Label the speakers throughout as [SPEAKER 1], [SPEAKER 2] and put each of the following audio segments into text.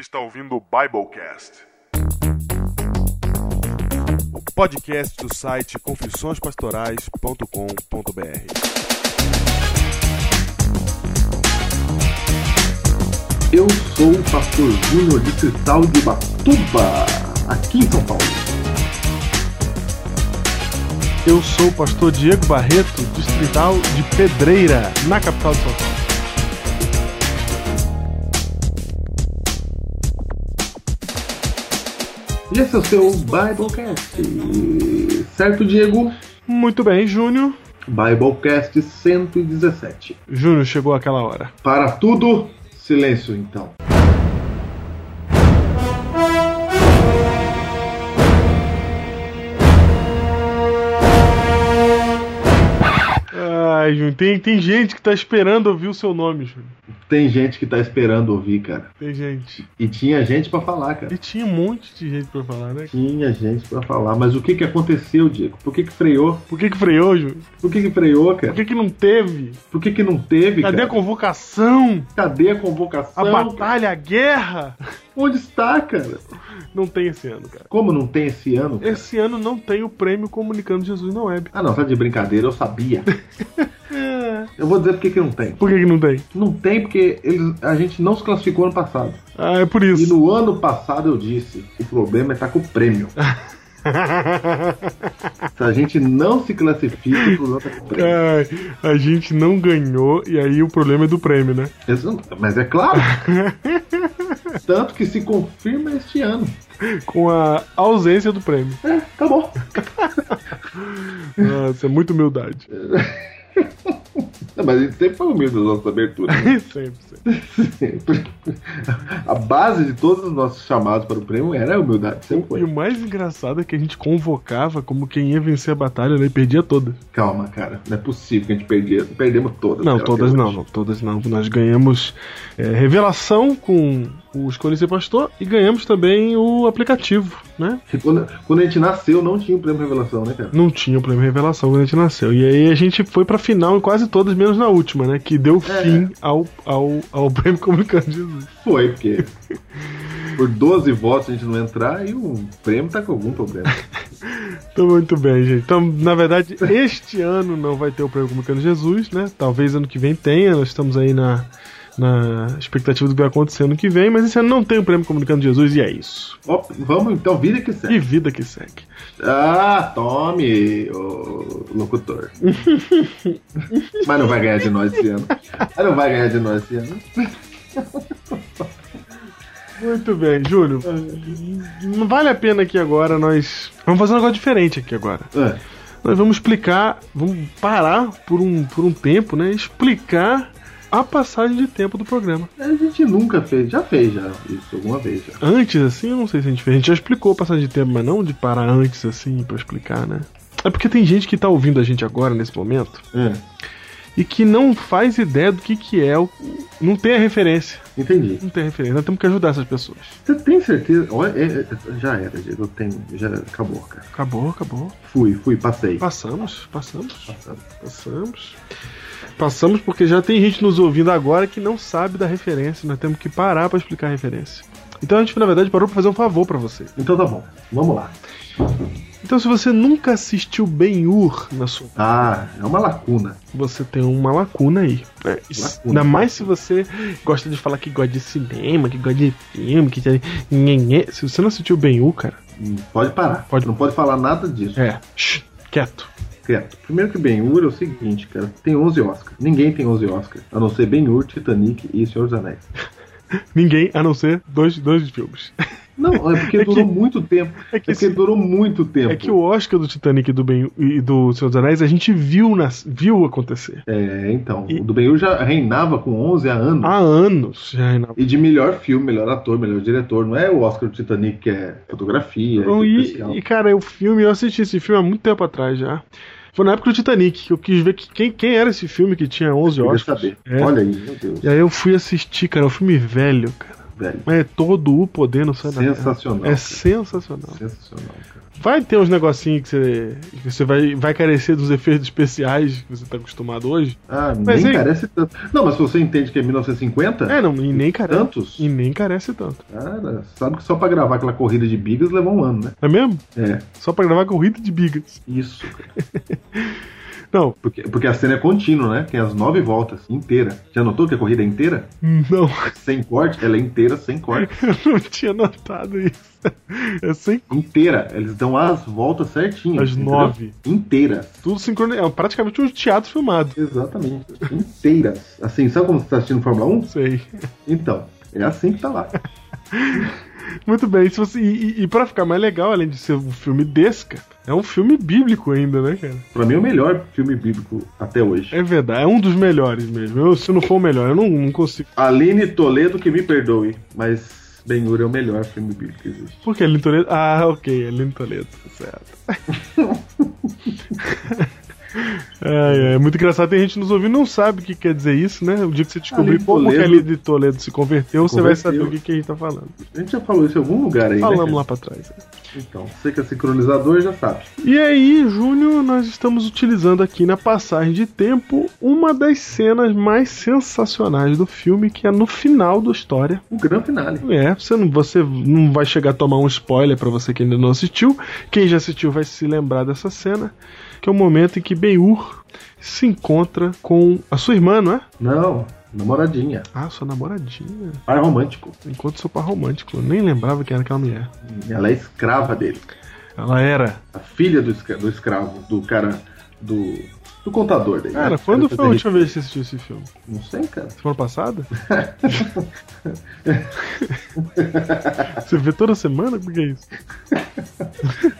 [SPEAKER 1] está ouvindo o Biblecast. O podcast do site confissõespastorais.com.br.
[SPEAKER 2] Eu sou o pastor Júnior de Cristal de Batuba, aqui em São Paulo.
[SPEAKER 3] Eu sou o pastor Diego Barreto, distrital de Pedreira, na capital de São Paulo.
[SPEAKER 2] E esse é o seu Biblecast. Certo, Diego?
[SPEAKER 3] Muito bem, Júnior.
[SPEAKER 2] Biblecast 117.
[SPEAKER 3] Júnior, chegou aquela hora.
[SPEAKER 2] Para tudo, silêncio então.
[SPEAKER 3] Ai, Júnior, tem, tem gente que tá esperando ouvir o seu nome, Júnior.
[SPEAKER 2] Tem gente que tá esperando ouvir, cara.
[SPEAKER 3] Tem gente.
[SPEAKER 2] E tinha gente pra falar, cara.
[SPEAKER 3] E tinha um monte de gente pra falar, né?
[SPEAKER 2] Tinha gente pra falar, mas o que que aconteceu, Diego? Por que que freou?
[SPEAKER 3] Por que que freou, Júnior?
[SPEAKER 2] Por que que freou,
[SPEAKER 3] Por
[SPEAKER 2] cara?
[SPEAKER 3] que que não teve?
[SPEAKER 2] Por que que não teve,
[SPEAKER 3] Cadê a
[SPEAKER 2] cara?
[SPEAKER 3] convocação?
[SPEAKER 2] Cadê a convocação?
[SPEAKER 3] A
[SPEAKER 2] cara?
[SPEAKER 3] batalha, a guerra?
[SPEAKER 2] Onde está, cara?
[SPEAKER 3] Não tem esse ano, cara.
[SPEAKER 2] Como não tem esse ano? cara?
[SPEAKER 3] Esse ano não tem o prêmio Comunicando Jesus na web.
[SPEAKER 2] Ah, não, tá de brincadeira, eu sabia. Eu vou dizer por que que não tem.
[SPEAKER 3] Por que que não tem?
[SPEAKER 2] Não tem porque eles, a gente não se classificou ano passado.
[SPEAKER 3] Ah, é por
[SPEAKER 2] E
[SPEAKER 3] isso.
[SPEAKER 2] no ano passado eu disse: o problema é estar com o prêmio. Se a gente não se classifica, o problema tá com o prêmio.
[SPEAKER 3] Ai, a gente não ganhou e aí o problema é do prêmio, né?
[SPEAKER 2] Isso- Mas é claro. Tanto que se confirma este ano.
[SPEAKER 3] Com a ausência do prêmio.
[SPEAKER 2] É, tá bom.
[SPEAKER 3] Nossa, é muita humildade.
[SPEAKER 2] É, Mas isso sempre foi humilde das nossas aberturas. né?
[SPEAKER 3] sempre, sempre.
[SPEAKER 2] Sempre. A base de todos os nossos chamados para o prêmio era a humildade. Sempre
[SPEAKER 3] E
[SPEAKER 2] foi.
[SPEAKER 3] o mais engraçado é que a gente convocava como quem ia vencer a batalha, né? E perdia todas.
[SPEAKER 2] Calma, cara. Não é possível que a gente perdia. Perdemos todas.
[SPEAKER 3] Não,
[SPEAKER 2] cara,
[SPEAKER 3] todas
[SPEAKER 2] até
[SPEAKER 3] não,
[SPEAKER 2] hoje.
[SPEAKER 3] não, todas não. Nós ganhamos é, revelação com o Escolha Ser Pastor e ganhamos também o aplicativo, né?
[SPEAKER 2] Quando, quando a gente nasceu, não tinha o prêmio Revelação, né, cara?
[SPEAKER 3] Não tinha o prêmio revelação quando a gente nasceu. E aí a gente foi pra final em quase todas, menos na última, né? Que deu fim ao, ao, ao prêmio comunicando Jesus.
[SPEAKER 2] Foi, porque por 12 votos a gente não entrar e o prêmio tá com algum problema.
[SPEAKER 3] Então, muito bem, gente. Então, na verdade, este ano não vai ter o prêmio Comunicando Jesus, né? Talvez ano que vem tenha, nós estamos aí na, na expectativa do que vai acontecer ano que vem, mas esse ano não tem o prêmio Comunicando Jesus e é isso.
[SPEAKER 2] Ó, vamos então, vida que
[SPEAKER 3] E
[SPEAKER 2] serve.
[SPEAKER 3] vida que segue.
[SPEAKER 2] Ah, tome, ô locutor. Mas não vai ganhar de nós esse ano. Mas não vai ganhar de nós esse ano.
[SPEAKER 3] Muito bem, Júlio. Não vale a pena aqui agora nós. Vamos fazer um negócio diferente aqui agora.
[SPEAKER 2] Ah,
[SPEAKER 3] Nós vamos explicar, vamos parar por um, por um tempo, né? Explicar a passagem de tempo do programa.
[SPEAKER 2] a gente nunca fez, já fez já isso alguma vez já.
[SPEAKER 3] Antes, assim, eu não sei se a gente fez. A gente já explicou a passagem de tempo, mas não de parar antes, assim, pra explicar, né? É porque tem gente que tá ouvindo a gente agora, nesse momento,
[SPEAKER 2] Ah,
[SPEAKER 3] e que não faz ideia do que que é. o- Não tem a referência.
[SPEAKER 2] entendi.
[SPEAKER 3] Não tem a referência. Nós temos que ajudar essas pessoas.
[SPEAKER 2] Você tem certeza? Ó, é- é- já era, Diego. Eu tenho, já acabou, cara.
[SPEAKER 3] Acabou, acabou.
[SPEAKER 2] Fui, fui, passei.
[SPEAKER 3] Passamos, passamos, passamos. Passamos porque já tem gente nos ouvindo agora que não sabe da referência. Nós temos que parar pra explicar a referência. Então a gente, na verdade, parou pra fazer um favor pra você.
[SPEAKER 2] Então tá bom, vamos lá.
[SPEAKER 3] Então, se você nunca assistiu Ben-Hur na sua
[SPEAKER 2] Ah, é uma lacuna.
[SPEAKER 3] você tem uma lacuna aí.
[SPEAKER 2] É,
[SPEAKER 3] né? E se-
[SPEAKER 2] Lacuna.
[SPEAKER 3] Ainda mais se você gosta de falar que gosta de cinema, que gosta de filme, que. nhenhé. Se você não assistiu bem U, cara.
[SPEAKER 2] Hum, Pode parar.
[SPEAKER 3] Pode.
[SPEAKER 2] Não pode falar nada disso.
[SPEAKER 3] É. shh, quieto.
[SPEAKER 2] Certo. Primeiro que Ben-Hur é o seguinte, cara. Tem 11 Oscars. Ninguém tem 11 Oscars. A não ser Ben-Hur, Titanic e Senhor dos Anéis.
[SPEAKER 3] Ninguém, a não ser dois, dois filmes.
[SPEAKER 2] Não, é porque
[SPEAKER 3] É que-
[SPEAKER 2] durou muito tempo.
[SPEAKER 3] é
[SPEAKER 2] É,
[SPEAKER 3] que
[SPEAKER 2] que
[SPEAKER 3] esse-
[SPEAKER 2] durou muito tempo.
[SPEAKER 3] É que o Oscar do Titanic e do, ben, e do Senhor dos Anéis a gente viu, nas, viu acontecer.
[SPEAKER 2] É, então.
[SPEAKER 3] E- Ah.
[SPEAKER 2] O do Ben-Hur já reinava com 11 há anos.
[SPEAKER 3] Há anos já, Reinaldo.
[SPEAKER 2] E de melhor filme, melhor ator, melhor diretor. Não é o Oscar do Titanic que é fotografia,
[SPEAKER 3] Então,
[SPEAKER 2] é
[SPEAKER 3] e,
[SPEAKER 2] especial.
[SPEAKER 3] e, cara, o filme, eu assisti esse filme há muito tempo atrás já. Foi na época do Titanic que eu quis ver que- quem, quem era esse filme que tinha 11
[SPEAKER 2] Queria
[SPEAKER 3] Oscars.
[SPEAKER 2] saber.
[SPEAKER 3] É.
[SPEAKER 2] Olha aí, meu Deus,
[SPEAKER 3] E aí eu fui assistir, cara, um filme velho, cara.
[SPEAKER 2] velho.
[SPEAKER 3] Mas é todo o poder no céu da Terra.
[SPEAKER 2] Sensacional.
[SPEAKER 3] É sensacional.
[SPEAKER 2] Sensacional, cara.
[SPEAKER 3] Vai ter uns negocinhos que você, que você vai, vai carecer dos efeitos especiais que você tá acostumado hoje.
[SPEAKER 2] Ah,
[SPEAKER 3] Mas,
[SPEAKER 2] nem
[SPEAKER 3] hein?
[SPEAKER 2] carece tanto. Não, mas se você entende que é 1950,
[SPEAKER 3] É, não, e nem carece.
[SPEAKER 2] Tantos?
[SPEAKER 3] E nem carece tanto.
[SPEAKER 2] cara, sabe que só pra gravar aquela corrida de bigas levou um ano, né?
[SPEAKER 3] É mesmo?
[SPEAKER 2] É,
[SPEAKER 3] Só pra gravar corrida de bigas.
[SPEAKER 2] isso. cara.
[SPEAKER 3] Não,
[SPEAKER 2] Porque, porque a cena é contínua, né? Tem as nove voltas, inteira. Já notou que a corrida é inteira?
[SPEAKER 3] não,
[SPEAKER 2] Sem corte? Ela é inteira, sem corte.
[SPEAKER 3] eu não tinha notado isso. É sem
[SPEAKER 2] Inteira. Eles dão as voltas certinhas.
[SPEAKER 3] As
[SPEAKER 2] entendeu?
[SPEAKER 3] nove.
[SPEAKER 2] Inteiras.
[SPEAKER 3] tudo sincronizado. É praticamente um teatro filmado.
[SPEAKER 2] Exatamente. Inteiras. Assim, sabe como você tá assistindo Fórmula 1?
[SPEAKER 3] Sei.
[SPEAKER 2] Então, é assim que tá lá.
[SPEAKER 3] Muito bem, se você- e, e, e pra ficar mais legal, além de ser um filme desse, cara, é um filme bíblico ainda, né, cara?
[SPEAKER 2] Pra mim, é o melhor filme bíblico até hoje.
[SPEAKER 3] É verdade, é um dos melhores mesmo. Eu, se não for o melhor, eu não, não consigo.
[SPEAKER 2] Aline Toledo, que me perdoe, mas Ben-Hur é o melhor filme bíblico que existe.
[SPEAKER 3] Por que Aline Toledo? Ah, ok, Aline Toledo, tá certo. É, é, é muito engraçado, tem gente nos ouvindo e não sabe o que quer dizer isso, né? O dia que você descobrir
[SPEAKER 2] Aline
[SPEAKER 3] como que a
[SPEAKER 2] Toledo-
[SPEAKER 3] Aline Toledo se converteu, você vai saber
[SPEAKER 2] Converteu.
[SPEAKER 3] o que, que a gente tá falando.
[SPEAKER 2] A gente já falou isso em algum lugar aí,
[SPEAKER 3] Falamos
[SPEAKER 2] né?
[SPEAKER 3] lá pra trás.
[SPEAKER 2] cara? Então, você que é sincronizador já sabe.
[SPEAKER 3] E aí, Júnior, nós estamos utilizando aqui na passagem de tempo uma das cenas mais sensacionais do filme, que é no final da história.
[SPEAKER 2] O grande finale.
[SPEAKER 3] É, você não, você não vai chegar a tomar um spoiler pra você que ainda não assistiu. Quem já assistiu vai se lembrar dessa cena, que é o momento em que Ben-Hur se encontra com a sua irmã, não é?
[SPEAKER 2] Não, namoradinha.
[SPEAKER 3] Ah, sua namoradinha.
[SPEAKER 2] Pai romântico.
[SPEAKER 3] Encontra seu par romântico. Eu nem lembrava que era aquela mulher.
[SPEAKER 2] Ela é escrava dele.
[SPEAKER 3] Ela era.
[SPEAKER 2] A filha do, escra- do escravo, do cara. do. do contador dele.
[SPEAKER 3] Cara,
[SPEAKER 2] né?
[SPEAKER 3] quando foi a
[SPEAKER 2] fazer-
[SPEAKER 3] última vez que você assistiu esse filme?
[SPEAKER 2] Não sei, cara.
[SPEAKER 3] Semana passada? Você vê toda semana? Por que é isso?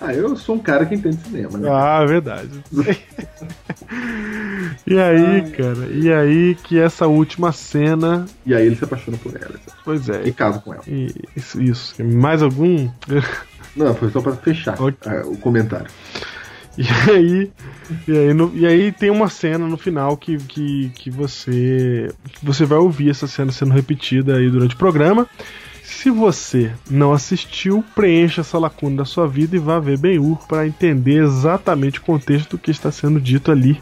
[SPEAKER 2] Ah, eu sou um cara que entende cinema, né?
[SPEAKER 3] Ah, verdade. e aí, cara? E aí que essa última cena.
[SPEAKER 2] E aí ele se apaixona por ela sabe?
[SPEAKER 3] Pois é.
[SPEAKER 2] e casa com ela.
[SPEAKER 3] e- Isso, isso. Mais algum?
[SPEAKER 2] Não, foi só pra fechar
[SPEAKER 3] Ok.
[SPEAKER 2] ah, o comentário.
[SPEAKER 3] E aí, e aí, no- e aí tem uma cena no final que, que, que você que você vai ouvir essa cena sendo repetida aí durante o programa. Se você não assistiu, preencha essa lacuna da sua vida e vá ver Ben-Hur para entender exatamente o contexto do que está sendo dito ali,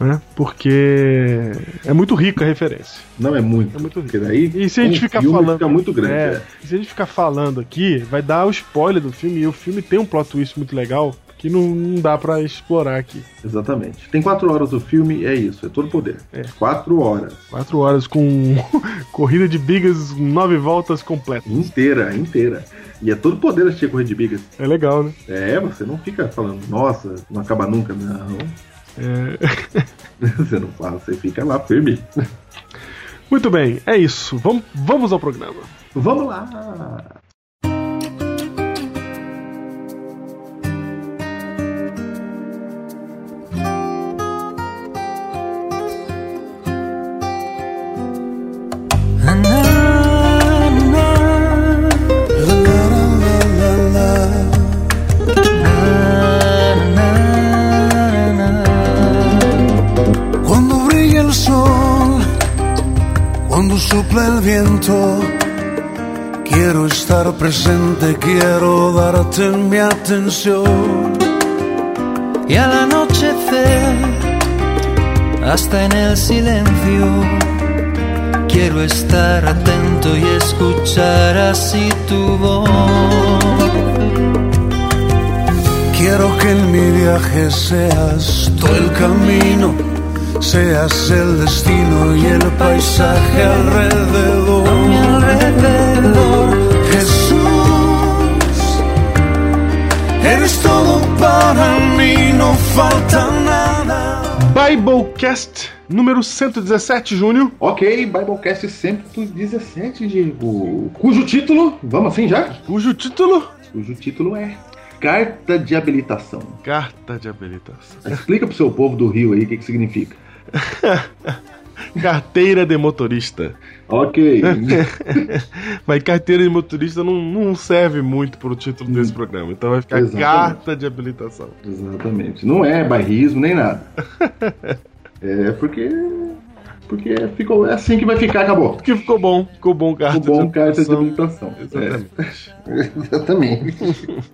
[SPEAKER 3] né? Porque é muito rica a referência.
[SPEAKER 2] Não é muito.
[SPEAKER 3] É muito
[SPEAKER 2] porque daí
[SPEAKER 3] E se a gente
[SPEAKER 2] um
[SPEAKER 3] ficar
[SPEAKER 2] filme
[SPEAKER 3] falando.
[SPEAKER 2] Fica muito grande.
[SPEAKER 3] É,
[SPEAKER 2] é.
[SPEAKER 3] e Se a gente ficar falando aqui, vai dar o spoiler do filme. E o filme tem um plot twist muito legal que não, não dá para explorar aqui.
[SPEAKER 2] Exatamente. Tem quatro horas do filme, é isso, é todo poder.
[SPEAKER 3] É.
[SPEAKER 2] Quatro horas.
[SPEAKER 3] Quatro horas com corrida de bigas, nove voltas completa.
[SPEAKER 2] Inteira, inteira. E é todo poder assistir a Corrida de Bigas.
[SPEAKER 3] É legal, né?
[SPEAKER 2] É, você não fica falando, nossa, não acaba nunca. Não,
[SPEAKER 3] É.
[SPEAKER 2] você não fala, você fica lá firme.
[SPEAKER 3] Muito bem, é isso. Vamos, vamos ao programa.
[SPEAKER 2] Vamos lá!
[SPEAKER 4] Cuando brilla el sol, cuando sopla el viento, quiero estar presente, quiero darte mi atención.
[SPEAKER 5] Y al anochecer, hasta en el silencio, quiero estar atento y escuchar así tu voz.
[SPEAKER 4] Quiero que en mi viaje seas todo el camino, seas el destino y el paisaje
[SPEAKER 5] A mi
[SPEAKER 4] alrededor.
[SPEAKER 5] alrededor,
[SPEAKER 4] Jesús, eres todo para mí, no falta nada.
[SPEAKER 3] Biblecast número 117, Júnior.
[SPEAKER 2] Ok, Biblecast 117, Diego. Cujo título, vamos assim já?
[SPEAKER 3] Cujo título?
[SPEAKER 2] Cujo título é Carta de Habilitação.
[SPEAKER 3] Carta de habilitação.
[SPEAKER 2] Explica pro seu povo do Rio aí o que, que significa.
[SPEAKER 3] Carteira de motorista.
[SPEAKER 2] Ok.
[SPEAKER 3] Mas carteira de motorista não, não serve muito pro título desse programa. Então vai ficar
[SPEAKER 2] Hum. Exatamente.
[SPEAKER 3] carta de habilitação.
[SPEAKER 2] Exatamente. Não é bairrismo nem nada. É porque Porque ficou, é assim que vai ficar, acabou.
[SPEAKER 3] Que ficou bom, ficou bom, cara.
[SPEAKER 2] O bom é carta de habilitação.
[SPEAKER 3] Exatamente.
[SPEAKER 2] É, exatamente.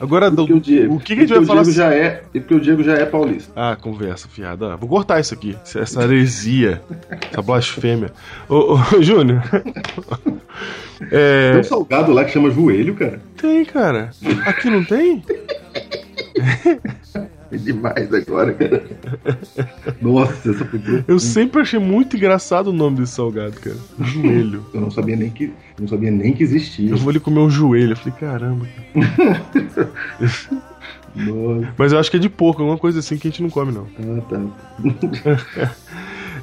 [SPEAKER 3] Agora, do-
[SPEAKER 2] Porque o, Diego,
[SPEAKER 3] o que, que a gente
[SPEAKER 2] porque
[SPEAKER 3] vai
[SPEAKER 2] o
[SPEAKER 3] falar?
[SPEAKER 2] Diego
[SPEAKER 3] se-
[SPEAKER 2] já é, e porque o Diego já é paulista.
[SPEAKER 3] Ah, conversa, fiada. Ah, Vou cortar isso aqui. Essa heresia. essa blasfêmia. Ô, ô Júnior.
[SPEAKER 2] Tem
[SPEAKER 3] É,
[SPEAKER 2] um salgado lá que chama joelho, cara.
[SPEAKER 3] tem, cara. Aqui não tem?
[SPEAKER 2] É demais agora, cara. Nossa, essa figura.
[SPEAKER 3] Eu sempre achei muito engraçado o nome desse salgado, cara. Joelho.
[SPEAKER 2] Eu não sabia nem que, não sabia nem que existia.
[SPEAKER 3] Eu vou ali comer um joelho. Eu falei, caramba. cara.
[SPEAKER 2] Nossa,
[SPEAKER 3] Mas eu acho que é de porco, alguma coisa assim que a gente não come, não.
[SPEAKER 2] ah, tá.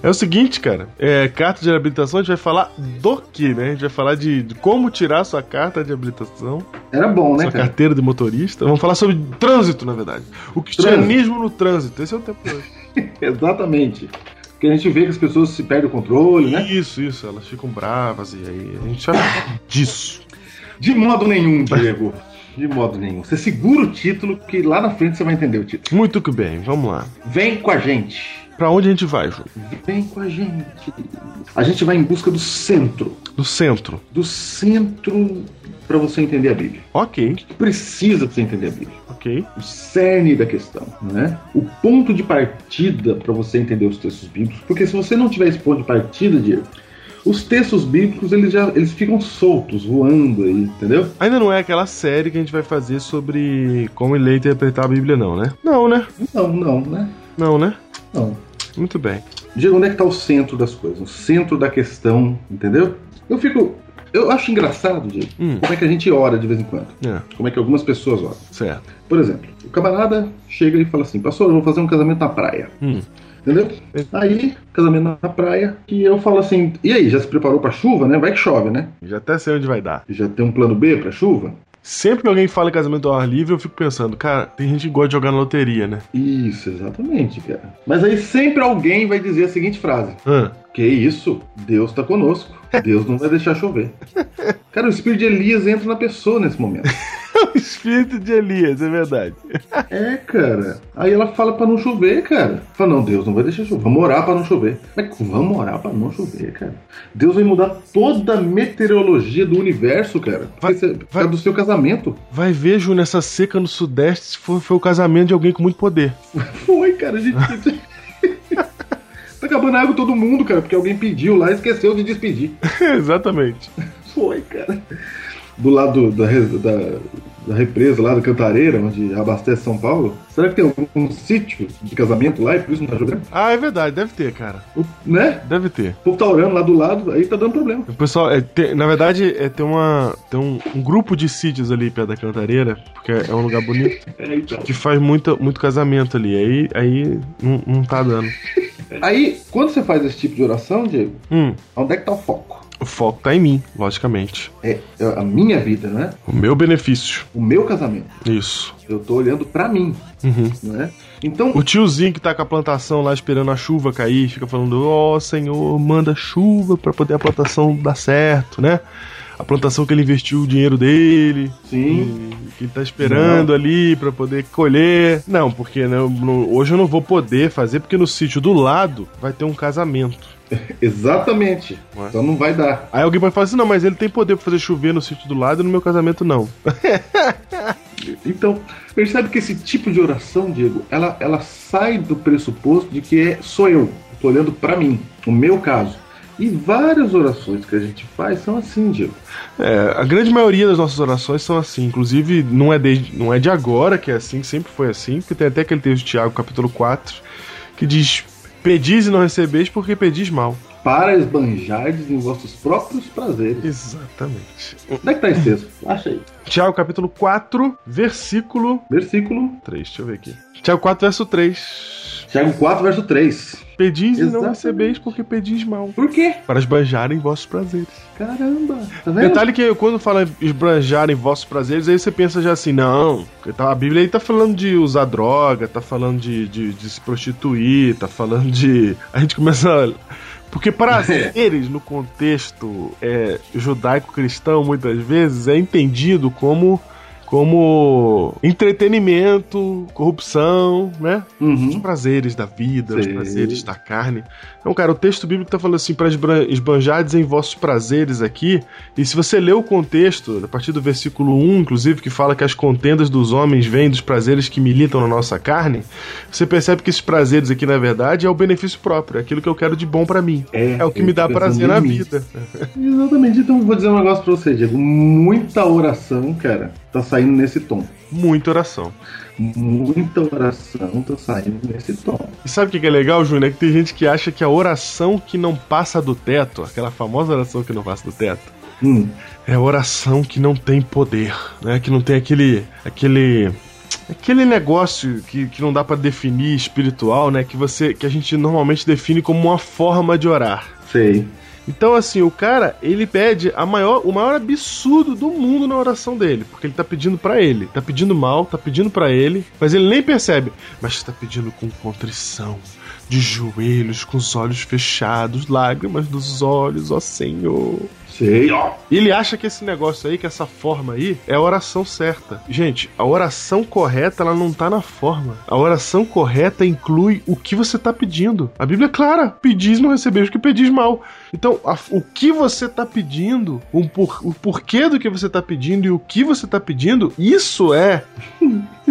[SPEAKER 3] É o seguinte, cara. É, carta de habilitação, a gente vai falar do que, né? A gente vai falar de, de como tirar sua carta de habilitação.
[SPEAKER 2] Era bom, né,
[SPEAKER 3] sua
[SPEAKER 2] cara?
[SPEAKER 3] carteira de motorista. Vamos falar sobre trânsito, na verdade. O cristianismo no trânsito. Esse é o tempo de hoje.
[SPEAKER 2] Exatamente. Porque a gente vê que as pessoas se perdem o controle, né?
[SPEAKER 3] Isso, isso. Elas ficam bravas e aí a gente vai falar disso.
[SPEAKER 2] De modo nenhum, Diego. De modo nenhum. Você segura o título que lá na frente você vai entender o título.
[SPEAKER 3] Muito que bem, vamos lá.
[SPEAKER 2] Vem com a gente.
[SPEAKER 3] Pra onde a gente vai, Ju?
[SPEAKER 2] Vem com a gente. A gente vai em busca do centro.
[SPEAKER 3] Do centro.
[SPEAKER 2] Do centro para você entender a Bíblia.
[SPEAKER 3] Ok,
[SPEAKER 2] Precisa pra você entender a Bíblia.
[SPEAKER 3] ok.
[SPEAKER 2] o cerne da questão, né? O ponto de partida para você entender os textos bíblicos, porque se você não tiver esse ponto de partida, Diego, os textos bíblicos eles já eles ficam soltos, voando aí, entendeu?
[SPEAKER 3] Ainda não é aquela série que a gente vai fazer sobre como ler e interpretar a Bíblia, não, né? Não, né?
[SPEAKER 2] Não, não, né?
[SPEAKER 3] Não, né?
[SPEAKER 2] Não.
[SPEAKER 3] Muito bem.
[SPEAKER 2] Diego, onde é que tá o centro das coisas? O centro da questão, entendeu? Eu fico, eu acho engraçado, Diego,
[SPEAKER 3] Hum.
[SPEAKER 2] como é que a gente ora de vez em quando,
[SPEAKER 3] É,
[SPEAKER 2] como é que algumas pessoas oram.
[SPEAKER 3] certo.
[SPEAKER 2] Por exemplo, o camarada chega e fala assim: Pastor, eu vou fazer um casamento na praia.
[SPEAKER 3] Hum.
[SPEAKER 2] Entendeu? Aí, casamento na praia, e eu falo assim: E aí, já se preparou pra chuva, né? Vai que chove, né?
[SPEAKER 3] Já até sei onde vai dar.
[SPEAKER 2] Já tem um plano B pra chuva?
[SPEAKER 3] Sempre que alguém fala em casamento ao ar livre, eu fico pensando, cara, tem gente que gosta de jogar na loteria, né?
[SPEAKER 2] Isso, exatamente, cara. Mas aí sempre alguém vai dizer a seguinte frase:
[SPEAKER 3] Hã?
[SPEAKER 2] Que isso? Deus tá conosco. Deus não vai deixar chover. Cara, o espírito de Elias entra na pessoa nesse momento.
[SPEAKER 3] O espírito de Elias, é verdade.
[SPEAKER 2] É, cara. Aí ela fala pra não chover, cara. Fala, não, Deus não vai deixar chover. Vamos orar pra não chover. Mas vamos orar pra não chover, cara. Deus vai mudar toda a meteorologia do universo, cara. Vai
[SPEAKER 3] Vai-
[SPEAKER 2] ser por
[SPEAKER 3] vai-
[SPEAKER 2] causa do seu casamento.
[SPEAKER 3] Vai ver, Ju, nessa seca no Sudeste, se foi, foi o casamento de alguém com muito poder.
[SPEAKER 2] Foi, cara. A gente. tá acabando a água todo mundo, cara, porque alguém pediu lá e esqueceu de despedir.
[SPEAKER 3] Exatamente.
[SPEAKER 2] Foi, cara. Do lado da, res- da, da represa lá da Cantareira, onde abastece São Paulo. Será que tem algum sítio de casamento lá e por isso não tá chovendo?
[SPEAKER 3] Ah, é verdade, deve ter, cara.
[SPEAKER 2] Né?
[SPEAKER 3] Deve ter.
[SPEAKER 2] O povo tá orando lá do lado, aí tá dando problema.
[SPEAKER 3] O pessoal, é, tem- na verdade, é, tem, uma, tem um, um grupo de sítios ali perto da Cantareira, porque é um lugar bonito,
[SPEAKER 2] É, então.
[SPEAKER 3] que faz muito, muito casamento ali. Aí, aí não, não tá dando.
[SPEAKER 2] Aí, quando você faz esse tipo de oração, Diego,
[SPEAKER 3] Hum,
[SPEAKER 2] onde é que tá o foco?
[SPEAKER 3] o foco tá em mim, logicamente.
[SPEAKER 2] É é a minha vida, né?
[SPEAKER 3] O meu benefício.
[SPEAKER 2] O meu casamento.
[SPEAKER 3] Isso.
[SPEAKER 2] Eu tô olhando pra mim,
[SPEAKER 3] Uhum.
[SPEAKER 2] né? Então,
[SPEAKER 3] O tiozinho que tá com a plantação lá esperando a chuva cair, fica falando: Ó Senhor, manda chuva pra poder a plantação dar certo, né? A plantação que ele investiu o dinheiro dele,
[SPEAKER 2] sim,
[SPEAKER 3] e que ele tá esperando ali pra poder colher. Não, porque não- não- hoje eu não vou poder fazer, porque no sítio do lado vai ter um casamento.
[SPEAKER 2] exatamente.
[SPEAKER 3] Ué.
[SPEAKER 2] Então não vai dar.
[SPEAKER 3] Aí alguém vai falar assim: não, mas ele tem poder pra fazer chover no sítio do lado e no meu casamento não.
[SPEAKER 2] Então, percebe que esse tipo de oração, Diego, ela, ela sai do pressuposto de que é, sou eu. Tô olhando pra mim, o meu caso. E várias orações que a gente faz são assim, Diego.
[SPEAKER 3] É, a grande maioria das nossas orações são assim. Inclusive, não é, desde, não é de agora que é assim, sempre foi assim, porque tem até aquele texto de Tiago, capítulo 4, que diz: Pedis e não recebeis porque pedis mal.
[SPEAKER 2] Para esbanjardes em vossos próprios prazeres.
[SPEAKER 3] Exatamente.
[SPEAKER 2] Onde é que tá esse texto? Acha aí.
[SPEAKER 3] Tiago, capítulo 4, versículo
[SPEAKER 2] Versículo
[SPEAKER 3] 3. Deixa eu ver aqui. Tiago 4, verso 3.
[SPEAKER 2] Tiago 4, verso 3.
[SPEAKER 3] Pedis e não
[SPEAKER 2] Exatamente.
[SPEAKER 3] recebeis porque pedis mal.
[SPEAKER 2] Por quê?
[SPEAKER 3] Para esbanjarem vossos prazeres.
[SPEAKER 2] Caramba, tá vendo?
[SPEAKER 3] Detalhe que quando fala esbanjarem vossos prazeres, aí você pensa já assim, não, porque tá- a Bíblia aí tá falando de usar droga, tá falando de, de- de se prostituir, tá falando de. A gente começa. a- Porque prazeres no contexto é, judaico-cristão, muitas vezes, é entendido como como entretenimento, corrupção, né?
[SPEAKER 2] Uhum.
[SPEAKER 3] Os prazeres da vida, os
[SPEAKER 2] Sim.
[SPEAKER 3] prazeres da carne. Então, cara, o texto bíblico tá falando assim, para esbanjares em vossos prazeres aqui. E se você ler o contexto, a partir do versículo 1, inclusive, que fala que as contendas dos homens vêm dos prazeres que militam na nossa carne, você percebe que esses prazeres aqui, na verdade, é o benefício próprio, é aquilo que eu quero de bom pra mim.
[SPEAKER 2] É,
[SPEAKER 3] o que me dá
[SPEAKER 2] pensando
[SPEAKER 3] prazer
[SPEAKER 2] em
[SPEAKER 3] na
[SPEAKER 2] mim.
[SPEAKER 3] vida.
[SPEAKER 2] Exatamente. Então eu vou dizer um negócio pra você, Diego. Muita oração, cara, tá saindo nesse tom.
[SPEAKER 3] Muita oração.
[SPEAKER 2] Muita oração tá saindo nesse tom.
[SPEAKER 3] E sabe o que que é legal, Júnior? É que tem gente que acha que a oração que não passa do teto, aquela famosa oração que não passa do teto,
[SPEAKER 2] Hum.
[SPEAKER 3] é a oração que não tem poder, né? Que não tem aquele. aquele. Aquele negócio que, que não dá pra definir espiritual, né? Que você que a gente normalmente define como uma forma de orar.
[SPEAKER 2] Sei.
[SPEAKER 3] Então, assim, o cara, ele pede a maior, o maior absurdo do mundo na oração dele, porque ele tá pedindo pra ele, tá pedindo mal, tá pedindo pra ele, mas ele nem percebe, mas tá pedindo com contrição, de joelhos, com os olhos fechados, lágrimas dos olhos, ó Senhor.
[SPEAKER 2] Sei, ó.
[SPEAKER 3] E ele acha que esse negócio aí, que essa forma aí, é a oração certa. Gente, a oração correta, ela não tá na forma. A oração correta inclui o que você tá pedindo. A Bíblia é clara: pedis não recebeis, porque pedis mal. Então, a- o que você tá pedindo, um por- o porquê do que você tá pedindo e o que você tá pedindo, isso é.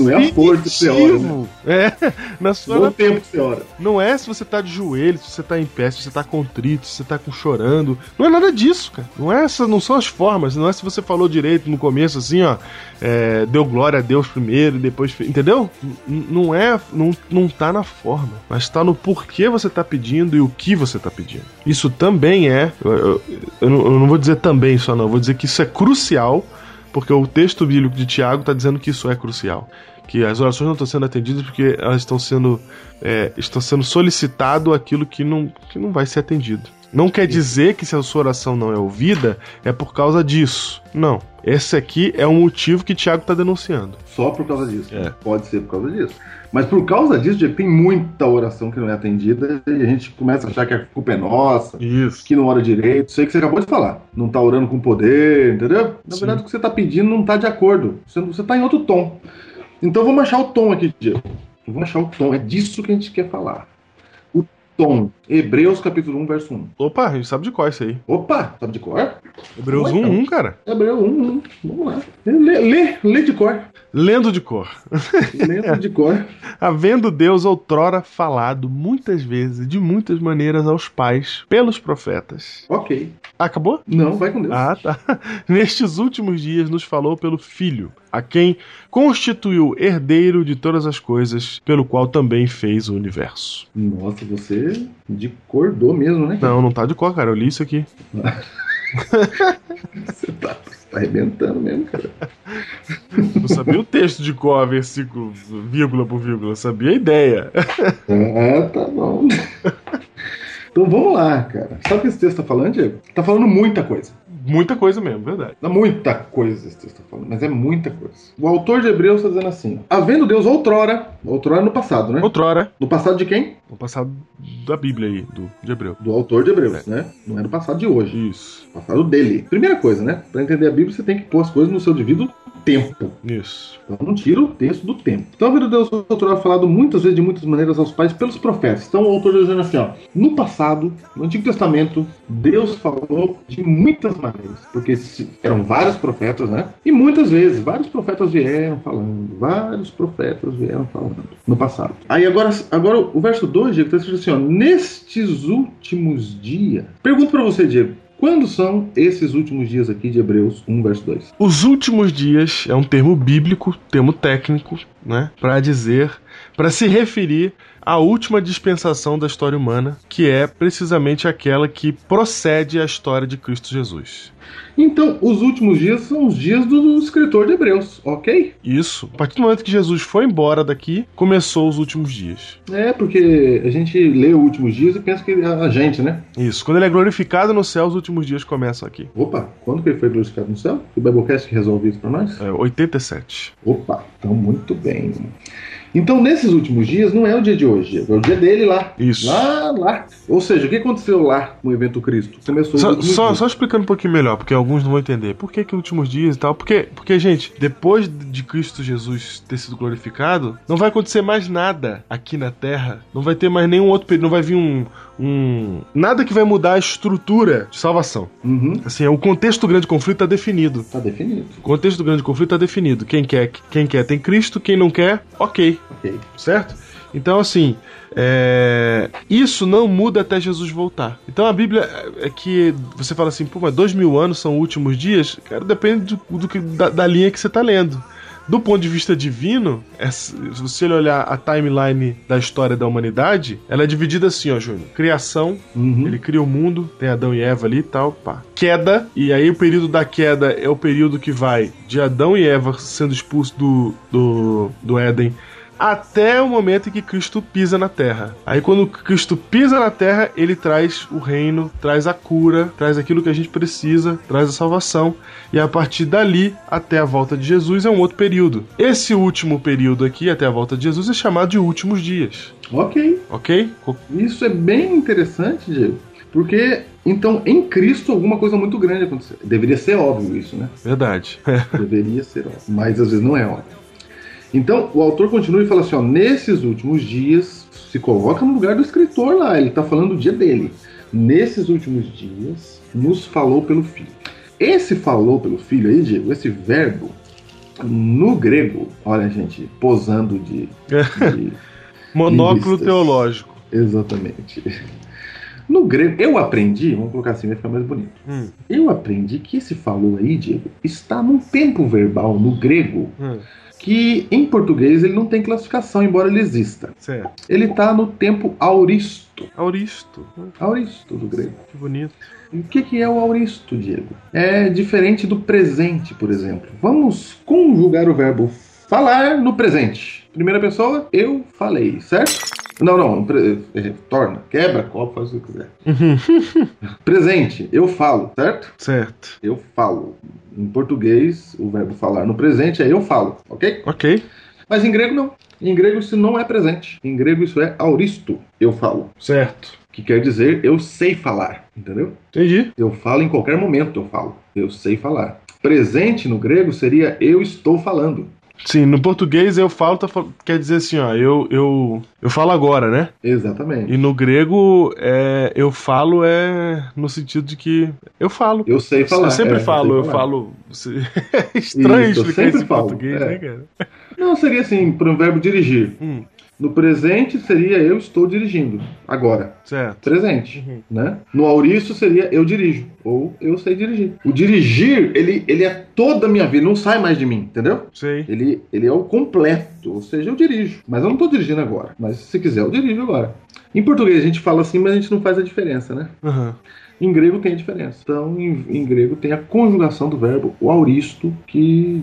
[SPEAKER 2] Não é a força que você ora,
[SPEAKER 3] definitivo. É, na sua
[SPEAKER 2] Bom tempo que você ora.
[SPEAKER 3] não é se você tá de joelho, se você tá em pé, se você tá contrito, se você tá com chorando. Não é nada disso, cara. Não é essa, não são as formas. Não é se você falou direito no começo, assim, ó. é, deu glória a Deus primeiro e depois. fe- Entendeu? N- n- Não é. Não, não tá na forma. Mas tá no porquê você tá pedindo e o que você tá pedindo. Isso também é. Eu, eu- eu não, eu não vou dizer também só, não. Eu vou dizer que isso é crucial. Porque o texto bíblico de Tiago está dizendo que isso é crucial. Que as orações não estão sendo atendidas porque elas estão sendo, é, estão sendo solicitado aquilo que não, que não vai ser atendido. Não quer dizer que se a sua oração não é ouvida, é por causa disso. Não. Esse aqui é um motivo que Tiago está denunciando.
[SPEAKER 2] Só por causa disso.
[SPEAKER 3] É.
[SPEAKER 2] Pode ser por causa disso. Mas por causa disso, Diego, tem muita oração que não é atendida e a gente começa a achar que a culpa é nossa.
[SPEAKER 3] Isso.
[SPEAKER 2] que não ora direito, sei que você acabou de falar. Não tá orando com poder, entendeu? Na
[SPEAKER 3] Sim.
[SPEAKER 2] verdade, o que você tá pedindo não tá de acordo. Você, você tá em outro tom. Então vamos achar o tom aqui, Diego. Vamos achar o tom. É disso que a gente quer falar. O tom. Hebreus capítulo 1, verso 1.
[SPEAKER 3] Opa, a gente sabe de qual isso aí.
[SPEAKER 2] Opa, sabe de cor?
[SPEAKER 3] Hebreus
[SPEAKER 2] Então.
[SPEAKER 3] 1.1, cara.
[SPEAKER 2] Hebreus 1, 1. Vamos lá. Lê, lê, lê de cor.
[SPEAKER 3] Lendo de cor.
[SPEAKER 2] Lê de cor.
[SPEAKER 3] Havendo Deus outrora falado muitas vezes, de muitas maneiras, aos pais, pelos profetas.
[SPEAKER 2] Ok.
[SPEAKER 3] Acabou?
[SPEAKER 2] Não, vai com Deus.
[SPEAKER 3] Ah, tá. Nestes últimos dias nos falou pelo Filho, a quem constituiu herdeiro de todas as coisas, pelo qual também fez o universo.
[SPEAKER 2] Nossa, você de cordou mesmo, né?
[SPEAKER 3] Não, não tá de cor, cara. Eu li isso aqui.
[SPEAKER 2] Você tá, tá arrebentando mesmo, cara.
[SPEAKER 3] Não sabia o texto de cor, versículo, vírgula por vírgula. Eu sabia a ideia.
[SPEAKER 2] Ah, tá bom. Então vamos lá, cara. Sabe o que esse texto tá falando, Diego? Tá falando muita coisa.
[SPEAKER 3] Muita coisa mesmo, verdade.
[SPEAKER 2] Dá muita coisa esse texto tá falando, mas é muita coisa. O autor de Hebreus tá dizendo assim: ó, Havendo Deus outrora, outrora no passado, né?
[SPEAKER 3] Outrora,
[SPEAKER 2] No passado de quem?
[SPEAKER 3] vou passar da Bíblia aí, do, de Hebreu.
[SPEAKER 2] Do autor de Hebreus, né? Não é no passado de hoje,
[SPEAKER 3] Isso,
[SPEAKER 2] no passado dele. Primeira coisa, né? Pra entender a Bíblia, você tem que pôr as coisas no seu devido tempo.
[SPEAKER 3] isso.
[SPEAKER 2] Então não tira o texto do tempo. Então, havendo Deus outrora falado muitas vezes, de muitas maneiras, aos pais pelos profetas. Então, o autor está dizendo assim, ó. No passado, no Antigo Testamento, Deus falou de muitas maneiras. Porque se- eram vários profetas, né? E muitas vezes, vários profetas vieram falando. Vários profetas vieram falando no passado. Aí, agora, agora o verso 2, Diego, está escrito assim, ó. Nestes últimos dias... Pergunto para você, Diego. Quando são esses últimos dias aqui de Hebreus 1, verso 2?
[SPEAKER 3] Os últimos dias é um termo bíblico, termo técnico, né, para dizer, para se referir à última dispensação da história humana, que é precisamente aquela que procede à história de Cristo Jesus.
[SPEAKER 2] Então, os últimos dias são os dias do escritor de Hebreus, ok?
[SPEAKER 3] Isso, a partir do momento que Jesus foi embora daqui, começou os últimos dias.
[SPEAKER 2] É, porque a gente lê os últimos dias e pensa que é a gente, né?
[SPEAKER 3] Isso, quando ele é glorificado no céu, os últimos dias começam aqui.
[SPEAKER 2] Opa, quando que ele foi glorificado no céu? O Biblecast que resolve isso pra nós?
[SPEAKER 3] É, 87.
[SPEAKER 2] Opa, então muito bem. Então, nesses últimos dias, não é o dia de hoje, é o dia dele lá.
[SPEAKER 3] Isso.
[SPEAKER 2] Lá, lá. Ou seja, o que aconteceu lá no evento Cristo? Começou
[SPEAKER 3] Só,
[SPEAKER 2] no
[SPEAKER 3] só, só explicando um pouquinho melhor, porque alguns não vão entender. Por que que últimos dias e tal? Porque, porque, gente, depois de Cristo Jesus ter sido glorificado, não vai acontecer mais nada aqui na Terra. Não vai ter mais nenhum outro período, não vai vir um... um nada que vai mudar a estrutura de salvação.
[SPEAKER 2] Uhum.
[SPEAKER 3] Assim, o contexto do grande conflito está definido.
[SPEAKER 2] Tá definido.
[SPEAKER 3] O contexto do grande conflito está definido. Quem quer, quem quer tem Cristo, quem não quer, ok,
[SPEAKER 2] Ok.
[SPEAKER 3] certo? Então, assim, é, isso não muda até Jesus voltar. Então, a Bíblia é que você fala assim, pô, mas dois mil anos são últimos dias? Cara, depende do, do que- da, da linha que você está lendo. Do ponto de vista divino, é- se você olhar a timeline da história da humanidade, ela é dividida assim, ó, Júnior. Criação,
[SPEAKER 2] Uhum.
[SPEAKER 3] ele cria o mundo, tem Adão e Eva ali e tal, pá. Queda, e aí o período da queda é o período que vai de Adão e Eva sendo expulso do, do, do Éden até o momento em que Cristo pisa na terra. Aí quando Cristo pisa na terra, ele traz o reino, traz a cura, traz aquilo que a gente precisa, traz a salvação. E a partir dali, até a volta de Jesus, é um outro período. Esse último período aqui, até a volta de Jesus, é chamado de últimos dias.
[SPEAKER 2] Ok.
[SPEAKER 3] Ok?
[SPEAKER 2] Isso é bem interessante, Diego. Porque, então, em Cristo, alguma coisa muito grande aconteceu. Deveria ser óbvio isso, né?
[SPEAKER 3] Verdade.
[SPEAKER 2] Deveria ser óbvio. Mas às vezes não é óbvio. Então, o autor continua e fala assim: ó, nesses últimos dias, se coloca no lugar do escritor lá, ele está falando o dia dele. Nesses últimos dias, nos falou pelo filho. Esse falou pelo filho aí, Diego, esse verbo, no grego, olha, gente, posando de- de
[SPEAKER 3] Monóculo
[SPEAKER 2] Listas.
[SPEAKER 3] teológico.
[SPEAKER 2] Exatamente. No grego, eu aprendi, vamos colocar assim, vai ficar mais bonito.
[SPEAKER 3] Hum.
[SPEAKER 2] Eu aprendi que esse falou aí, Diego, está num tempo verbal no grego
[SPEAKER 3] Hum,
[SPEAKER 2] que em português ele não tem classificação, embora ele exista.
[SPEAKER 3] certo.
[SPEAKER 2] Ele está no tempo auristo.
[SPEAKER 3] Auristo. Hum,
[SPEAKER 2] Auristo do grego.
[SPEAKER 3] Que bonito.
[SPEAKER 2] E o que, que é o auristo, Diego? É diferente do presente, por exemplo. Vamos conjugar o verbo falar no presente. Primeira pessoa, eu falei, certo? Não, não, pre- eh, torna, quebra, copo, faz o que quiser. presente, eu falo, certo?
[SPEAKER 3] Certo.
[SPEAKER 2] Eu falo. Em português, o verbo falar no presente é eu falo, ok?
[SPEAKER 3] Ok.
[SPEAKER 2] Mas em grego não. Em grego isso não é presente. Em grego isso é auristo, eu falo.
[SPEAKER 3] Certo.
[SPEAKER 2] Que quer dizer eu sei falar, entendeu?
[SPEAKER 3] Entendi.
[SPEAKER 2] Eu falo em qualquer momento, eu falo. Eu sei falar. Presente no grego seria eu estou falando.
[SPEAKER 3] Sim, no português eu falo, tá fal- quer dizer assim, ó, eu, eu, eu falo agora, né?
[SPEAKER 2] Exatamente.
[SPEAKER 3] E no grego, é, eu falo é no sentido de que eu falo.
[SPEAKER 2] Eu sei falar.
[SPEAKER 3] eu sempre
[SPEAKER 2] é,
[SPEAKER 3] falo, eu
[SPEAKER 2] sei falar.
[SPEAKER 3] falo. você- É estranho
[SPEAKER 2] Isso, eu
[SPEAKER 3] explicar isso
[SPEAKER 2] sempre
[SPEAKER 3] em
[SPEAKER 2] falo,
[SPEAKER 3] português,
[SPEAKER 2] é.
[SPEAKER 3] né, cara?
[SPEAKER 2] Não, seria assim, para um verbo dirigir.
[SPEAKER 3] Hum,
[SPEAKER 2] No presente seria eu estou dirigindo. Agora.
[SPEAKER 3] certo.
[SPEAKER 2] Presente.
[SPEAKER 3] Uhum.
[SPEAKER 2] Né? No auristo seria eu dirijo. Ou eu sei dirigir. O dirigir, ele, ele é toda a minha vida, não sai mais de mim, entendeu?
[SPEAKER 3] Sei.
[SPEAKER 2] Ele, ele é o completo, ou seja, eu dirijo. Mas eu não tô dirigindo agora. Mas se quiser, eu dirijo agora. Em português a gente fala assim, mas a gente não faz a diferença, né?
[SPEAKER 3] Aham.
[SPEAKER 2] Em grego tem a diferença. Então, em, em grego tem a conjugação do verbo, o auristo, que,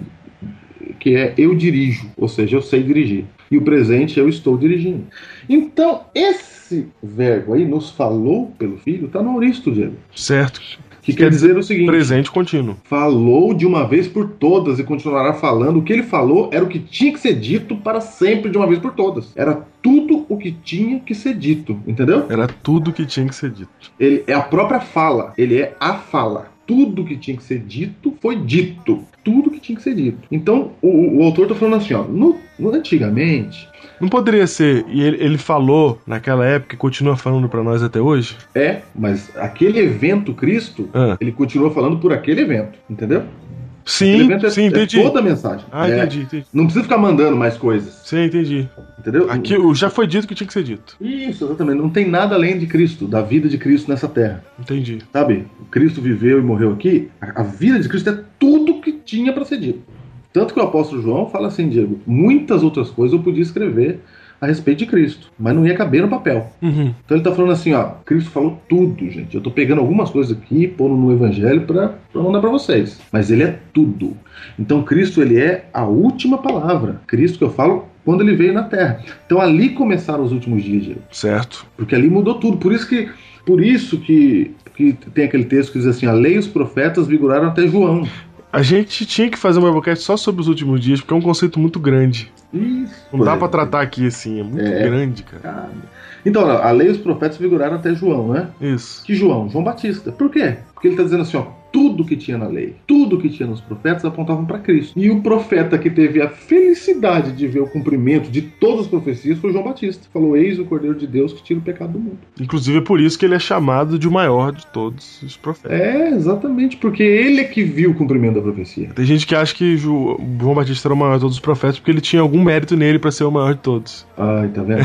[SPEAKER 2] que é eu dirijo, ou seja, eu sei dirigir. E o presente, eu estou dirigindo. Então, esse verbo aí, nos falou pelo filho, está no auristo, Diego.
[SPEAKER 3] Certo.
[SPEAKER 2] Que quer dizer o seguinte:
[SPEAKER 3] Presente contínuo.
[SPEAKER 2] falou de uma vez por todas e continuará falando. O que ele falou era o que tinha que ser dito para sempre, de uma vez por todas. Era tudo o que tinha que ser dito, entendeu?
[SPEAKER 3] Era tudo que tinha que ser dito.
[SPEAKER 2] Ele é a própria fala, ele é a fala. Tudo que tinha que ser dito foi dito. Tudo que tinha que ser dito. Então, o, o autor tá falando assim, ó. No, no- antigamente,
[SPEAKER 3] Não poderia ser, e ele, ele falou naquela época e continua falando pra nós até hoje?
[SPEAKER 2] é, mas aquele evento Cristo,
[SPEAKER 3] Ah.
[SPEAKER 2] ele continua falando por aquele evento, entendeu? aquele
[SPEAKER 3] Sim,
[SPEAKER 2] evento é,
[SPEAKER 3] sim,
[SPEAKER 2] é
[SPEAKER 3] entendi.
[SPEAKER 2] toda a mensagem.
[SPEAKER 3] Ah,
[SPEAKER 2] É,
[SPEAKER 3] entendi, entendi.
[SPEAKER 2] Não precisa ficar mandando mais coisas,
[SPEAKER 3] Sim, entendi.
[SPEAKER 2] entendeu?
[SPEAKER 3] Aqui o- já foi dito que tinha que ser dito.
[SPEAKER 2] Isso, exatamente. Não tem nada além de Cristo, da vida de Cristo nessa terra.
[SPEAKER 3] Entendi.
[SPEAKER 2] sabe? O Cristo viveu e morreu aqui. A, a vida de Cristo é tudo que tinha para ser dito. Tanto que o apóstolo João fala assim, Diego, muitas outras coisas eu podia escrever a respeito de Cristo, mas não ia caber no papel.
[SPEAKER 3] Uhum.
[SPEAKER 2] Então ele tá falando assim, ó, Cristo falou tudo, gente. Eu tô pegando algumas coisas aqui, pondo no evangelho pra, pra mandar pra vocês. Mas ele é tudo. Então Cristo, ele é a última palavra. Cristo que eu falo quando ele veio na terra. Então ali começaram os últimos dias, Diego.
[SPEAKER 3] Certo.
[SPEAKER 2] Porque ali mudou tudo. Por isso que, por isso que, que tem aquele texto que diz assim: a lei e os profetas vigoraram até João.
[SPEAKER 3] A gente tinha que fazer um webcast só sobre os últimos dias, porque é um conceito muito grande.
[SPEAKER 2] Isso.
[SPEAKER 3] Não dá
[SPEAKER 2] é.
[SPEAKER 3] pra tratar aqui assim, é muito
[SPEAKER 2] É.
[SPEAKER 3] grande, cara.
[SPEAKER 2] Cara. Então, ó, a lei e os profetas vigoraram até João, né?
[SPEAKER 3] Isso.
[SPEAKER 2] Que João? João Batista. Por quê? Porque ele está dizendo assim, ó, tudo que tinha na lei, tudo que tinha nos profetas apontavam para Cristo. E o profeta que teve a felicidade de ver o cumprimento de todas as profecias foi João Batista. Falou: "Eis o Cordeiro de Deus que tira o pecado do mundo".
[SPEAKER 3] Inclusive é por isso que ele é chamado de o maior de todos os profetas.
[SPEAKER 2] É, exatamente, porque ele é que viu o cumprimento da profecia.
[SPEAKER 3] Tem gente que acha que Ju- João Batista era o maior de todos os profetas porque ele tinha algum mérito nele pra ser o maior de todos.
[SPEAKER 2] Ai, tá vendo?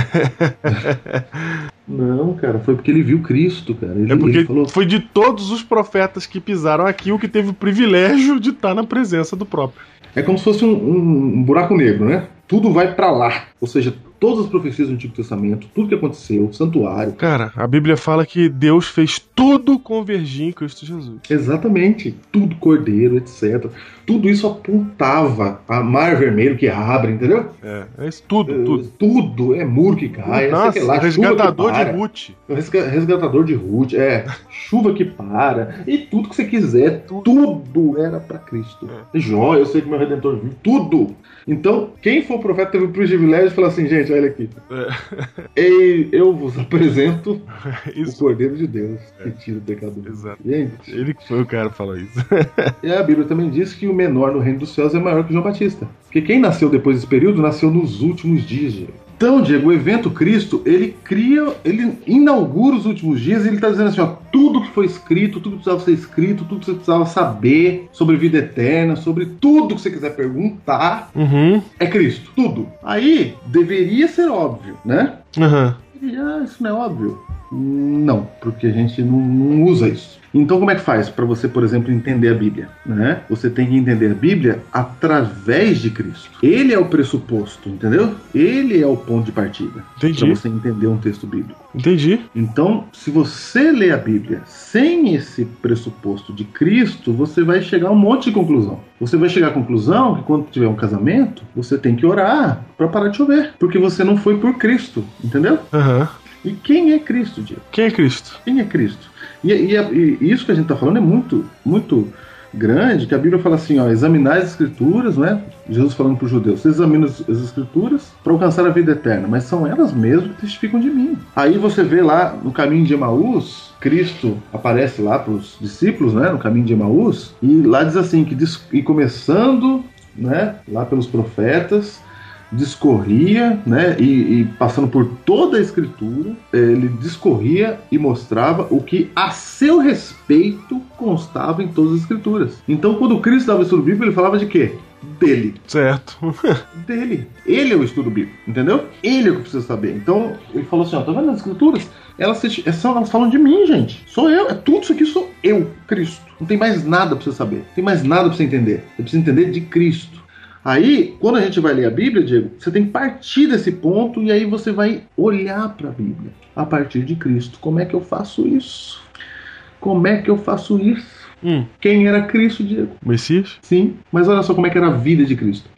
[SPEAKER 2] Não, cara, foi porque ele viu Cristo, cara. Ele,
[SPEAKER 3] É porque
[SPEAKER 2] ele falou,
[SPEAKER 3] foi de todos os profetas que pisaram aqui o que teve o privilégio de estar na presença do próprio.
[SPEAKER 2] É como se fosse um, um- um buraco negro, né? Tudo vai pra lá. Ou seja, todas as profecias do Antigo Testamento, tudo que aconteceu, o santuário.
[SPEAKER 3] Cara, a Bíblia fala que Deus fez tudo convergir em Cristo Jesus.
[SPEAKER 2] Exatamente, tudo cordeiro, etc. Tudo isso apontava a mar vermelho que abre, entendeu?
[SPEAKER 3] É, é isso tudo, tudo.
[SPEAKER 2] Eh, Tudo é muro que cai, é sei
[SPEAKER 3] Nossa,
[SPEAKER 2] que lá, chuva
[SPEAKER 3] resgatador
[SPEAKER 2] que
[SPEAKER 3] de
[SPEAKER 2] para,
[SPEAKER 3] Ruth.
[SPEAKER 2] resga- resgatador de Ruth, é, chuva que para, e tudo que você quiser, tudo era pra Cristo. Jó, eu sei que meu redentor viu, tudo. Então, quem for profeta teve o privilégio de falar assim, gente, olha aqui, Ei, eu vos apresento o
[SPEAKER 3] Isso.
[SPEAKER 2] Cordeiro de Deus que tira o pecado do mundo.
[SPEAKER 3] Exato.
[SPEAKER 2] Gente,
[SPEAKER 3] Ele que foi o cara que falou isso.
[SPEAKER 2] e a Bíblia também diz que o menor no reino dos céus é maior que João Batista. Porque quem nasceu depois desse período nasceu nos últimos dias, Diego. Então, Diego, o evento Cristo, ele cria, ele inaugura os últimos dias e ele está dizendo assim, ó, tudo que foi escrito, tudo que precisava ser escrito, tudo que você precisava saber sobre vida eterna, sobre tudo que você quiser perguntar,
[SPEAKER 3] Uhum.
[SPEAKER 2] é Cristo, tudo. Aí, deveria ser óbvio, né?
[SPEAKER 3] Aham.
[SPEAKER 2] E, Ah, isso não é óbvio. Não, porque a gente não, não usa isso. Então, como é que faz para você, por exemplo, entender a Bíblia? Né? Você tem que entender a Bíblia através de Cristo. Ele é o pressuposto, entendeu? Ele é o ponto de partida para
[SPEAKER 3] Entendi.
[SPEAKER 2] você entender um texto bíblico.
[SPEAKER 3] Entendi.
[SPEAKER 2] Então, se você lê a Bíblia sem esse pressuposto de Cristo, você vai chegar a um monte de conclusão. Você vai chegar à conclusão que quando tiver um casamento, você tem que orar para parar de chover, porque você não foi por Cristo, entendeu?
[SPEAKER 3] Aham.
[SPEAKER 2] E quem é Cristo, Diego?
[SPEAKER 3] Quem é Cristo?
[SPEAKER 2] Quem é Cristo? E, e- e isso que a gente está falando é muito, muito grande, que a Bíblia fala assim, ó, examinar as escrituras, né? Jesus falando para os judeus, vocês examinam as as escrituras para alcançar a vida eterna, mas são elas mesmas que testificam de mim. Aí você vê lá no caminho de Emaús, Cristo aparece lá para os discípulos, né, no caminho de Emaús, e lá diz assim, que diz, e começando, né, lá pelos profetas, discorria, né, e, e passando por toda a escritura, eh, ele discorria e mostrava o que a seu respeito constava em todas as escrituras. Então, quando Cristo dava estudo bíblico, ele falava de quê? Dele
[SPEAKER 3] Certo.
[SPEAKER 2] dele. Ele é o estudo bíblico, entendeu? Ele é o que precisa saber. Então, ele falou assim: ó, tá vendo as escrituras? Elas, se- é só- elas falam de mim, gente. Sou eu. É tudo isso aqui sou eu, Cristo. Não tem mais nada pra você saber. Não tem mais nada pra você entender. Você precisa entender de Cristo. Aí, quando a gente vai ler a Bíblia, Diego, você tem que partir desse ponto e aí você vai olhar pra Bíblia a partir de Cristo. Como é que eu faço isso? Como é que eu faço isso?
[SPEAKER 3] Hum.
[SPEAKER 2] Quem era Cristo, Diego?
[SPEAKER 3] Messias?
[SPEAKER 2] Sim, mas olha só como é que era a vida de Cristo.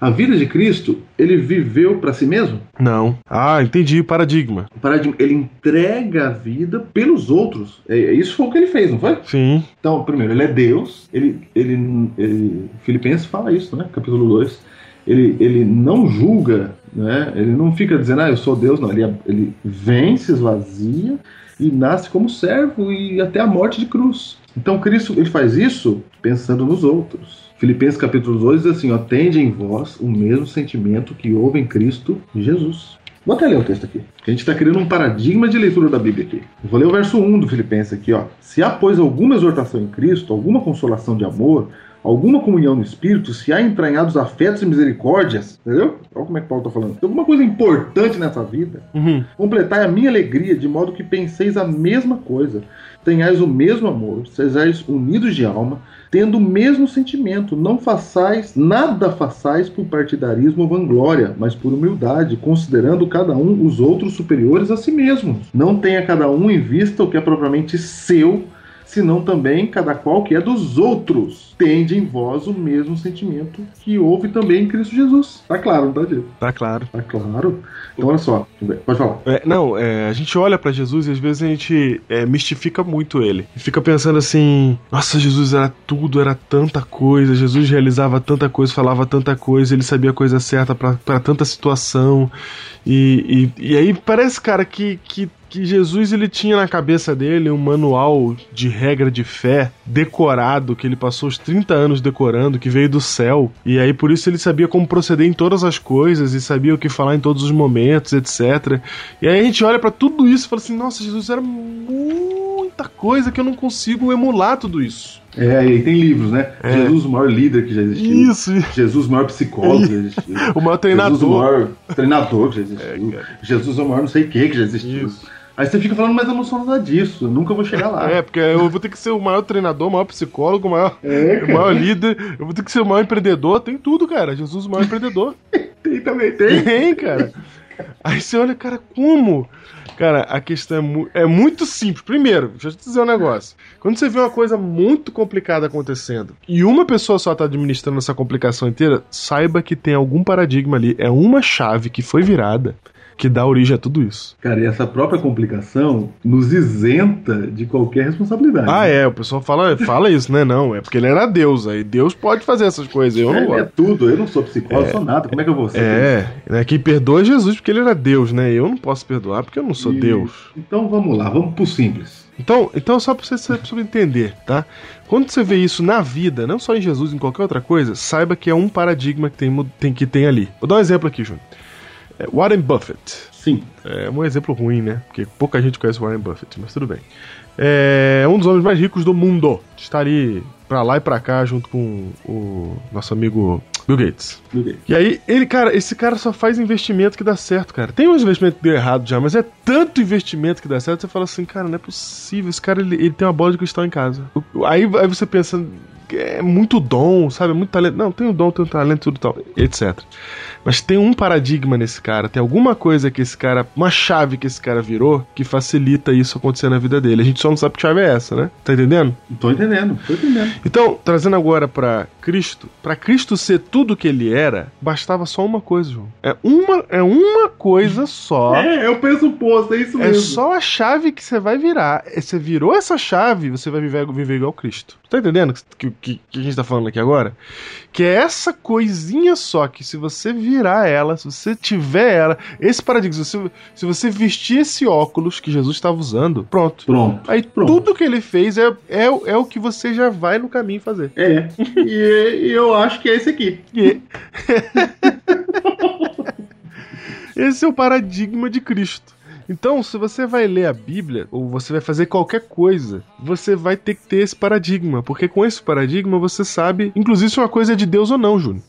[SPEAKER 2] A vida de Cristo, ele viveu para si mesmo.
[SPEAKER 3] Não. Ah, entendi. Paradigma.
[SPEAKER 2] O paradigma, Ele entrega a vida pelos outros. É, é isso foi o que ele fez, não foi?
[SPEAKER 3] Sim.
[SPEAKER 2] Então, primeiro, ele é Deus. Ele, ele, ele Filipenses fala isso, né? Capítulo 2. Ele, ele não julga, né? Ele não fica dizendo, ah, eu sou Deus, não. Ele, ele vem, se esvazia e nasce como servo e até a morte de cruz. Então Cristo ele faz isso pensando nos outros. Filipenses capítulo 2 diz assim: ó, tende em vós o mesmo sentimento que houve em Cristo Jesus. Vou até ler o texto aqui. que A gente está criando um paradigma de leitura da Bíblia aqui. Eu Vou ler o verso 1 do Filipenses aqui, ó. Se há, pois, alguma exortação em Cristo, alguma consolação de amor, alguma comunhão no Espírito, se há entranhados afetos e misericórdias, entendeu? Olha como é que Paulo está falando. Tem alguma coisa importante nessa vida,
[SPEAKER 3] Uhum.
[SPEAKER 2] Completai é a minha alegria, de modo que penseis a mesma coisa, tenhais o mesmo amor, sejais unidos de alma, tendo o mesmo sentimento, não façais, nada façais por partidarismo ou vanglória, mas por humildade, considerando cada um os outros superiores a si mesmos. Não tenha cada um em vista o que é propriamente seu, senão também cada qual que é dos outros, tende em vós o mesmo sentimento que houve também em Cristo Jesus. Tá claro, não tá, Diego?
[SPEAKER 3] Tá claro.
[SPEAKER 2] Tá claro? Então olha só, pode falar.
[SPEAKER 3] É, não, é, a gente olha pra Jesus e às vezes a gente é, mistifica muito ele. E fica pensando assim: nossa, Jesus era tudo, era tanta coisa, Jesus realizava tanta coisa, falava tanta coisa, ele sabia a coisa certa pra pra tanta situação. E, e, e aí parece, cara, que, que que Jesus ele tinha na cabeça dele um manual de regra de fé decorado que ele passou os 30 anos decorando, que veio do céu. E aí por isso ele sabia como proceder em todas as coisas e sabia o que falar em todos os momentos, etc. E aí a gente olha para tudo isso e fala assim: "Nossa, Jesus era muita coisa que eu não consigo emular tudo isso".
[SPEAKER 2] É, e tem livros, né? Jesus, o maior líder que já existiu.
[SPEAKER 3] É. Isso.
[SPEAKER 2] Jesus, o maior psicólogo que já existiu.
[SPEAKER 3] O
[SPEAKER 2] Jesus, o
[SPEAKER 3] maior treinador. É,
[SPEAKER 2] maior treinador que já existiu. Jesus, o maior não sei o que que já existiu.
[SPEAKER 3] Isso.
[SPEAKER 2] Aí você fica falando, mas eu não sou nada disso, eu nunca vou chegar lá.
[SPEAKER 3] É, porque eu vou ter que ser o maior treinador, o maior psicólogo, o maior,
[SPEAKER 2] É,
[SPEAKER 3] o maior líder, eu vou ter que ser o maior empreendedor, tem tudo, cara. Jesus, o maior empreendedor.
[SPEAKER 2] Tem também,
[SPEAKER 3] Tem, cara. Aí você olha, cara, como? Cara, a questão é, mu- é muito simples. Primeiro, deixa eu te dizer um negócio. Quando você vê uma coisa muito complicada acontecendo e uma pessoa só tá administrando essa complicação inteira, saiba que tem algum paradigma ali. É uma chave que foi virada que dá origem a tudo isso.
[SPEAKER 2] Cara, e essa própria complicação nos isenta de qualquer responsabilidade.
[SPEAKER 3] Ah, é, o pessoal fala, fala isso, né? Não, é porque ele era Deus, aí Deus pode fazer essas coisas, eu não
[SPEAKER 2] É, é
[SPEAKER 3] gosto.
[SPEAKER 2] tudo, eu não sou psicólogo, sou nada, como é que eu vou ser?
[SPEAKER 3] É, né, quem perdoa é Jesus porque ele era Deus, né? Eu não posso perdoar porque eu não sou
[SPEAKER 2] E-
[SPEAKER 3] Deus.
[SPEAKER 2] Então vamos lá, vamos pro simples.
[SPEAKER 3] Então, então só pra você, só pra você entender, tá? Quando você vê isso na vida, não só em Jesus, em qualquer outra coisa, saiba que é um paradigma que tem, mu- tem- que tem ali. Vou dar um exemplo aqui, Júnior. É, Warren Buffett.
[SPEAKER 2] Sim.
[SPEAKER 3] É um exemplo ruim, né? Porque pouca gente conhece o Warren Buffett, mas tudo bem. É um dos homens mais ricos do mundo. Está ali pra lá e pra cá junto com o nosso amigo Bill Gates.
[SPEAKER 2] Bill Gates.
[SPEAKER 3] E aí, ele, cara, esse cara só faz investimento que dá certo, cara. Tem um investimento que deu errado já, mas é tanto investimento que dá certo, você fala assim, cara, não é possível. Esse cara, ele, ele tem uma bola de cristal em casa. O- Aí, aí você pensa, é muito dom, sabe? É muito talento. Não, tem o dom, tem o talento, tudo e tal, etc. Mas tem um paradigma nesse cara, tem alguma coisa que esse cara, uma chave que esse cara virou que facilita isso acontecer na vida dele. A gente só não sabe que chave é essa, né? Tá entendendo?
[SPEAKER 2] Tô entendendo, tô entendendo.
[SPEAKER 3] Então, trazendo agora pra Cristo, pra Cristo ser tudo que ele era, bastava só uma coisa, João. É uma, é uma coisa só.
[SPEAKER 2] É, é o pressuposto, é isso
[SPEAKER 3] É
[SPEAKER 2] mesmo.
[SPEAKER 3] só a chave que você vai virar. É, Você virou essa chave, você vai viver, viver igual Cristo. Tá entendendo o que, que, que a gente tá falando aqui agora? Que é essa coisinha só que se você virar ela, se você tiver ela, esse paradigma, se você, se você vestir esse óculos que Jesus estava usando, pronto.
[SPEAKER 2] Pronto.
[SPEAKER 3] Aí
[SPEAKER 2] Pronto.
[SPEAKER 3] tudo que ele fez é, é, é o que você já vai no caminho fazer.
[SPEAKER 2] É, e, e eu acho que é esse aqui.
[SPEAKER 3] E- Esse é o paradigma de Cristo. Então, se você vai ler a Bíblia, ou você vai fazer qualquer coisa, você vai ter que ter esse paradigma, porque com esse paradigma você sabe, inclusive, se uma coisa é de Deus ou não, Júnior.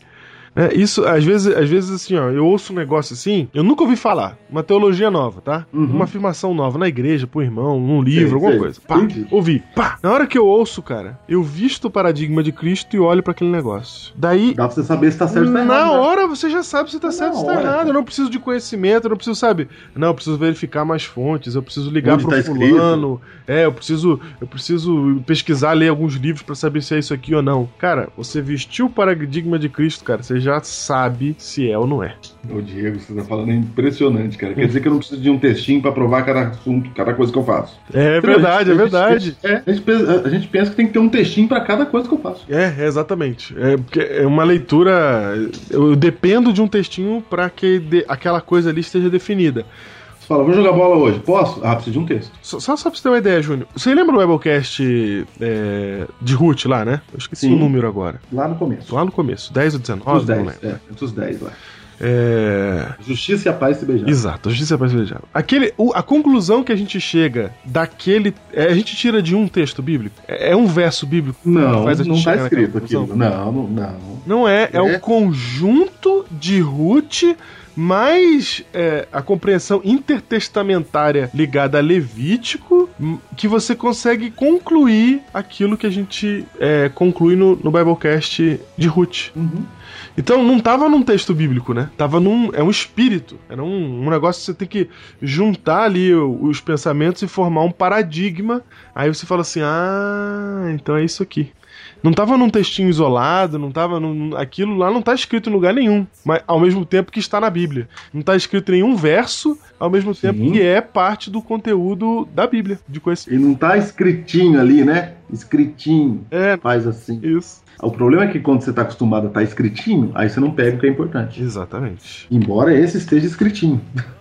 [SPEAKER 3] É, isso, às vezes, às vezes, assim, ó, eu ouço um negócio assim, eu nunca ouvi falar. Uma teologia nova, tá?
[SPEAKER 2] Uhum.
[SPEAKER 3] Uma afirmação nova na igreja, pro irmão, num livro,
[SPEAKER 2] Sei,
[SPEAKER 3] alguma
[SPEAKER 2] sei.
[SPEAKER 3] coisa. Pá,
[SPEAKER 2] Entendi.
[SPEAKER 3] ouvi. Pá. Na hora que eu ouço, cara, eu visto o paradigma de Cristo e olho pra aquele negócio. Daí,
[SPEAKER 2] Dá pra você saber se tá certo ou tá
[SPEAKER 3] na
[SPEAKER 2] errado. né?
[SPEAKER 3] hora você já sabe se tá certo ou se tá
[SPEAKER 2] hora,
[SPEAKER 3] errado.
[SPEAKER 2] cara.
[SPEAKER 3] Eu não preciso de conhecimento, eu não preciso, sabe? Não, eu preciso verificar mais fontes, eu preciso ligar
[SPEAKER 2] Onde
[SPEAKER 3] pro
[SPEAKER 2] tá escrito?
[SPEAKER 3] fulano. É, eu preciso, eu preciso pesquisar, ler alguns livros pra saber se é isso aqui ou não. Cara, você vestiu o paradigma de Cristo, cara, você já sabe se é ou não é.
[SPEAKER 2] Ô Diego, você tá falando é impressionante, cara. Quer dizer que eu não preciso de um textinho pra provar cada assunto, cada coisa que eu faço.
[SPEAKER 3] É verdade, é verdade.
[SPEAKER 2] É, a, gente pensa, a gente pensa que tem que ter um textinho pra cada coisa que eu faço.
[SPEAKER 3] É, é, exatamente. É, porque é uma leitura. Eu dependo de um textinho pra que de- aquela coisa ali esteja definida.
[SPEAKER 2] Você fala, vou jogar bola hoje, posso? Ah, preciso de um texto.
[SPEAKER 3] Só, só, só pra você ter uma ideia, Júnior. Você lembra do Webcast é, de Root lá, né? Eu esqueci
[SPEAKER 2] Sim.
[SPEAKER 3] o número agora.
[SPEAKER 2] Lá no começo.
[SPEAKER 3] Lá no começo, 10 ou 19,
[SPEAKER 2] Dos
[SPEAKER 3] não
[SPEAKER 2] 10,
[SPEAKER 3] lembro.
[SPEAKER 2] é, entre os 10 lá.
[SPEAKER 3] É...
[SPEAKER 2] Justiça e a paz se beijar.
[SPEAKER 3] Exato, a justiça é privilegiada. Aquele, o- a conclusão que a gente chega daquele. é, a gente tira de um texto bíblico? É, é um verso bíblico? que
[SPEAKER 2] Não,
[SPEAKER 3] faz a né, gente
[SPEAKER 2] não tá
[SPEAKER 3] chegar naquela
[SPEAKER 2] escrito
[SPEAKER 3] conclusão?
[SPEAKER 2] aquilo. Não, não, não.
[SPEAKER 3] Não é, é,
[SPEAKER 2] É.
[SPEAKER 3] o conjunto de Ruth mais é, a compreensão intertestamentária ligada a Levítico, m- que você consegue concluir aquilo que a gente é, conclui no, no Biblecast de Ruth. Então não tava num texto bíblico, né? Tava num. É um espírito. Era um, um negócio que você tem que juntar ali o- os pensamentos e formar um paradigma. Aí você fala assim: ah, então é isso aqui. Não tava num textinho isolado, não tava num, aquilo lá não tá escrito em lugar nenhum, mas ao mesmo tempo que está na Bíblia. Não tá escrito em nenhum verso, ao mesmo tempo que é parte do conteúdo da Bíblia, de coisa.
[SPEAKER 2] E não tá escritinho ali, né? Escritinho.
[SPEAKER 3] É,
[SPEAKER 2] Faz assim.
[SPEAKER 3] isso.
[SPEAKER 2] O problema é que quando você tá acostumado a estar escritinho, aí você não pega o que é importante.
[SPEAKER 3] Exatamente.
[SPEAKER 2] Embora esse esteja escritinho.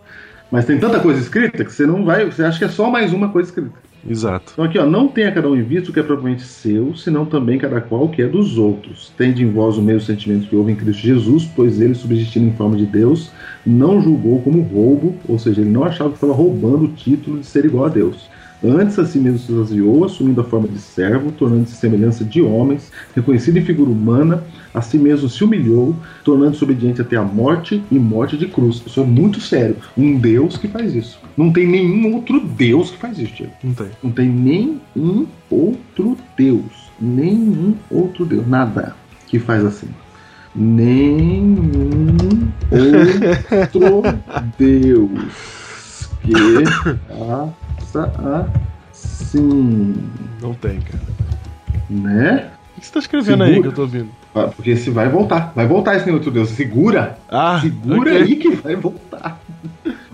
[SPEAKER 2] Mas tem tanta coisa escrita que você não vai. Você acha que é só mais uma coisa escrita.
[SPEAKER 3] Exato.
[SPEAKER 2] Então aqui, ó, não tenha cada um em vista o que é propriamente seu, senão também cada qual o que é dos outros. Tende em vós o mesmo sentimento que houve em Cristo Jesus, pois ele, subsistindo em forma de Deus, não julgou como roubo, ou seja, ele não achava que estava roubando o título de ser igual a Deus. Antes a si mesmo se esvaziou, assumindo a forma de servo, tornando-se semelhança de homens, reconhecido em figura humana, a si mesmo se humilhou, tornando-se obediente até a morte e morte de cruz. Isso é muito sério. Um Deus que faz isso. Não tem nenhum outro Deus que faz isso, Diego.
[SPEAKER 3] Não tem.
[SPEAKER 2] Não tem nenhum outro Deus. Nenhum outro Deus. Nada que faz assim. Nenhum outro Deus que faça assim.
[SPEAKER 3] Não tem, cara.
[SPEAKER 2] Né?
[SPEAKER 3] O que você tá escrevendo aí
[SPEAKER 2] Segura.
[SPEAKER 3] que eu tô ouvindo?
[SPEAKER 2] Ah, Porque se vai voltar. Vai voltar esse nenhum outro Deus. Segura.
[SPEAKER 3] Ah,
[SPEAKER 2] Segura
[SPEAKER 3] ok.
[SPEAKER 2] aí que vai voltar.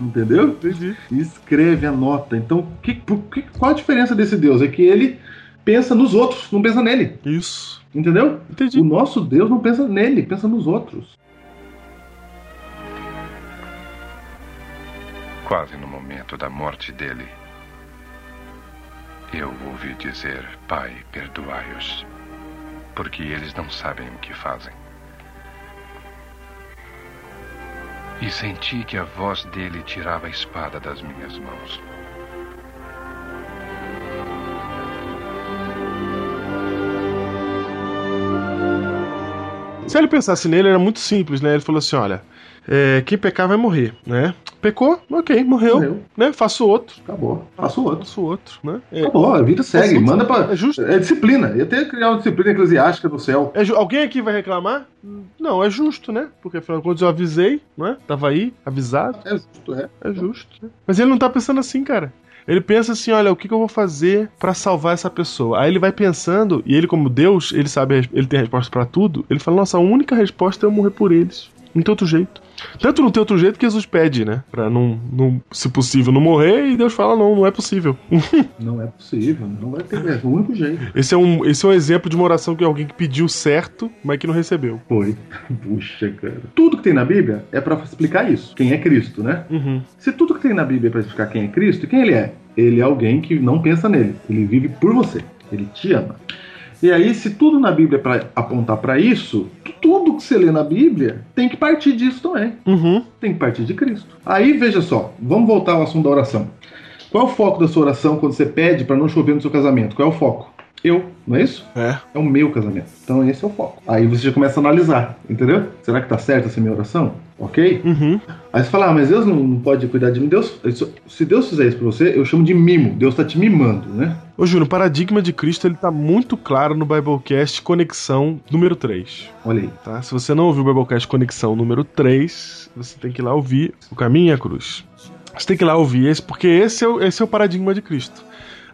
[SPEAKER 2] Entendeu?
[SPEAKER 3] Entendi.
[SPEAKER 2] escreve, anota. Então, que, por que- qual a diferença desse Deus? É que ele pensa nos outros, não pensa nele.
[SPEAKER 3] Isso.
[SPEAKER 2] Entendeu?
[SPEAKER 3] Entendi.
[SPEAKER 2] O nosso Deus não pensa nele, pensa nos outros.
[SPEAKER 6] quase no momento da morte dele, eu ouvi dizer: Pai, perdoai-os, porque eles não sabem o que fazem. E senti que a voz dele tirava a espada das minhas mãos.
[SPEAKER 3] Se ele pensasse nele, era muito simples, né? Ele falou assim: olha, é, quem pecar vai morrer, né? Pecou, ok, morreu,
[SPEAKER 2] Morreu.
[SPEAKER 3] né? Faço outro,
[SPEAKER 2] Acabou. Faça o outro.
[SPEAKER 3] faço outro, né? É,
[SPEAKER 2] Acabou, a vida segue.
[SPEAKER 3] outro.
[SPEAKER 2] Manda pra.
[SPEAKER 3] É justo.
[SPEAKER 2] É disciplina. Ia ter que criar uma disciplina eclesiástica do céu.
[SPEAKER 3] é ju- Alguém aqui vai reclamar? Não, é justo, né? Porque afinal de contas eu avisei, né? Tava aí, avisado,
[SPEAKER 2] É justo, é.
[SPEAKER 3] é justo. né? Mas ele não tá pensando assim, cara. Ele pensa assim, olha, o que, que eu vou fazer pra salvar essa pessoa? Aí ele vai pensando, e ele como Deus, ele sabe, a res- ele tem a resposta pra tudo. Ele fala, nossa, a única resposta é eu morrer por eles. Não tem outro jeito. Tanto não tem outro jeito que Jesus pede, né? Pra não, não se possível, não morrer, e Deus fala, não, não é possível.
[SPEAKER 2] Não é possível. Não vai ter. É o único jeito.
[SPEAKER 3] Esse é um, esse é um exemplo de uma oração que alguém que pediu certo, mas que não recebeu.
[SPEAKER 2] Foi. Puxa, cara. Tudo que tem na Bíblia é pra explicar isso. Quem é Cristo, né?
[SPEAKER 3] Uhum.
[SPEAKER 2] Se tudo que tem na Bíblia é para explicar quem é Cristo, quem ele é? Ele é alguém que não pensa nele. Ele vive por você. Ele te ama. E aí, se tudo na Bíblia é para apontar para isso, tudo que você lê na Bíblia tem que partir disso também.
[SPEAKER 3] Uhum.
[SPEAKER 2] Tem que partir de Cristo. Aí, veja só, vamos voltar ao assunto da oração. Qual é o foco da sua oração quando você pede para não chover no seu casamento? Qual é o foco? Eu, não é isso?
[SPEAKER 3] É.
[SPEAKER 2] É o meu casamento. Então esse é o foco. Aí você já começa a analisar, entendeu? Será que tá certa essa minha oração? Ok?
[SPEAKER 3] Uhum.
[SPEAKER 2] Aí você fala, ah, mas Deus não, não pode cuidar de mim. Deus, isso- se Deus fizer isso pra você, eu chamo de mimo. Deus tá te mimando, né?
[SPEAKER 3] Ô, Júnior, o paradigma de Cristo ele tá muito claro no Biblecast Conexão número 3.
[SPEAKER 2] Olha aí.
[SPEAKER 3] Tá? Se você não ouviu o Biblecast Conexão número 3, você tem que ir lá ouvir O Caminho e a Cruz. Você tem que ir lá ouvir esse, porque esse é o, esse é o paradigma de Cristo.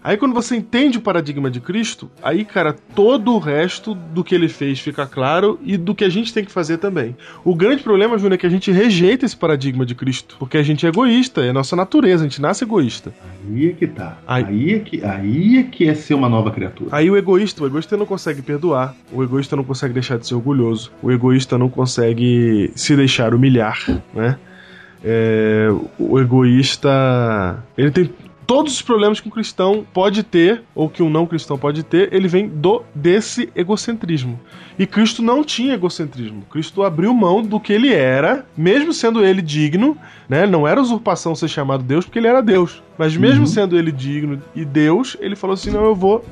[SPEAKER 3] Aí quando você entende o paradigma de Cristo, aí, cara, todo o resto do que ele fez fica claro e do que a gente tem que fazer também. O grande problema, Júnior, é que a gente rejeita esse paradigma de Cristo, porque a gente é egoísta, é a nossa natureza, a gente nasce egoísta.
[SPEAKER 2] Aí é que tá.
[SPEAKER 3] Aí-
[SPEAKER 2] Aí é que, aí é, que é ser uma nova criatura.
[SPEAKER 3] Aí o egoísta, o egoísta não consegue perdoar, o egoísta não consegue deixar de ser orgulhoso, o egoísta não consegue se deixar humilhar, né? É, o egoísta. Ele tem todos os problemas que um cristão pode ter, ou que um não cristão pode ter, ele vem do desse egocentrismo. E Cristo não tinha egocentrismo. Cristo abriu mão do que ele era, mesmo sendo ele digno, né? Não era usurpação ser chamado Deus, porque ele era Deus. Mas mesmo sendo ele digno e Deus, ele falou assim: não, eu vou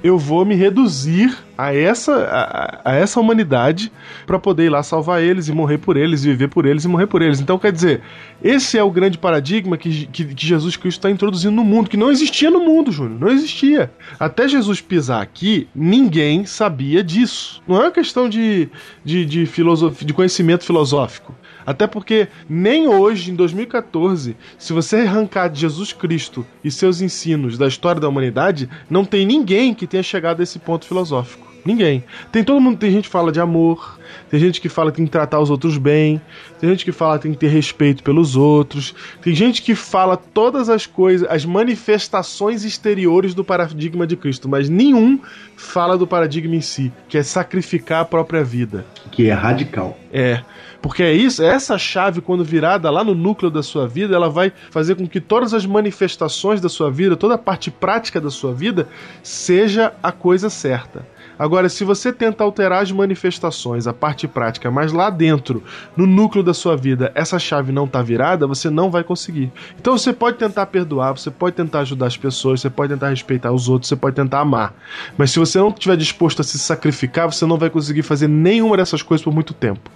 [SPEAKER 3] eu vou me reduzir a essa, a, a essa humanidade para poder ir lá salvar eles e morrer por eles, e viver por eles e morrer por eles. Então, quer dizer, esse é o grande paradigma que, que, que Jesus Cristo está introduzindo no mundo, que não existia no mundo, Júnior, não existia. Até Jesus pisar aqui, ninguém sabia disso. Não é uma questão de, de, de, filosofi, de conhecimento filosófico. Até porque nem hoje, em 2014, se você arrancar de Jesus Cristo e seus ensinos da história da humanidade, não tem ninguém que tenha chegado a esse ponto filosófico. Ninguém. Tem todo mundo, tem gente que fala de amor, tem gente que fala que tem que tratar os outros bem, tem gente que fala que tem que ter respeito pelos outros, tem gente que fala todas as coisas, as manifestações exteriores do paradigma de Cristo, mas nenhum fala do paradigma em si, que é sacrificar a própria vida.
[SPEAKER 2] Que é radical.
[SPEAKER 3] É. Porque é isso, essa chave, quando virada lá no núcleo da sua vida, ela vai fazer com que todas as manifestações da sua vida, toda a parte prática da sua vida, seja a coisa certa. Agora, se você tenta alterar as manifestações, a parte prática, mas lá dentro, no núcleo da sua vida, essa chave não está virada, você não vai conseguir. Então você pode tentar perdoar, você pode tentar ajudar as pessoas, você pode tentar respeitar os outros, você pode tentar amar. Mas se você não estiver disposto a se sacrificar, você não vai conseguir fazer nenhuma dessas coisas por muito tempo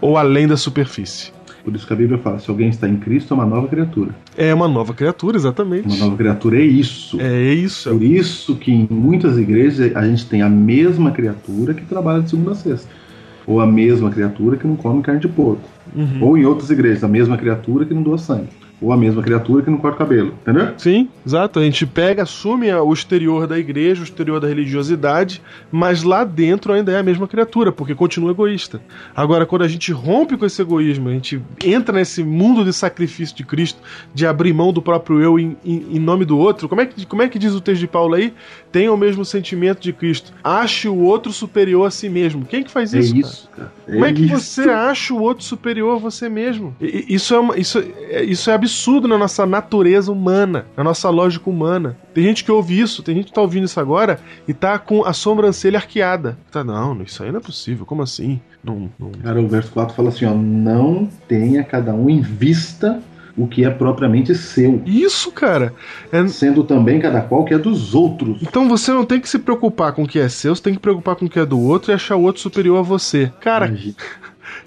[SPEAKER 3] ou além da superfície.
[SPEAKER 2] Por isso que a Bíblia fala: se alguém está em Cristo, é uma nova criatura.
[SPEAKER 3] É uma nova criatura, exatamente.
[SPEAKER 2] Uma nova criatura é isso.
[SPEAKER 3] É isso.
[SPEAKER 2] Por isso que em muitas igrejas a gente tem a mesma criatura que trabalha de segunda a sexta. Ou a mesma criatura que não come carne de porco. Uhum. Ou em outras igrejas, a mesma criatura que não doa sangue. Ou a mesma criatura que não corta cabelo, entendeu?
[SPEAKER 3] Sim, exato. A gente pega, assume o exterior da igreja, o exterior da religiosidade, mas lá dentro ainda é a mesma criatura, porque continua egoísta. Agora, quando a gente rompe com esse egoísmo, a gente entra nesse mundo de sacrifício de Cristo, de abrir mão do próprio eu em, em, em nome do outro, como é, que, como é que diz o texto de Paulo aí? Tenha o mesmo sentimento de Cristo. Ache o outro superior a si mesmo. Quem que faz isso?
[SPEAKER 2] É isso, cara.
[SPEAKER 3] É como é que isso. você acha o outro superior a você mesmo? E, isso é, uma, isso, isso é absurdo absurdo na nossa natureza humana, na nossa lógica humana. Tem gente que ouve isso, tem gente que tá ouvindo isso agora e tá com a sobrancelha arqueada. Tá, não, isso aí não é possível, como assim? Não, não...
[SPEAKER 2] Cara, o verso 4 fala assim: ó, não tenha cada um em vista o que é propriamente seu.
[SPEAKER 3] Isso, cara.
[SPEAKER 2] É... Sendo também cada qual que é dos outros.
[SPEAKER 3] Então você não tem que se preocupar com o que é seu, você tem que preocupar com o que é do outro e achar o outro superior a você. Cara. Imagina.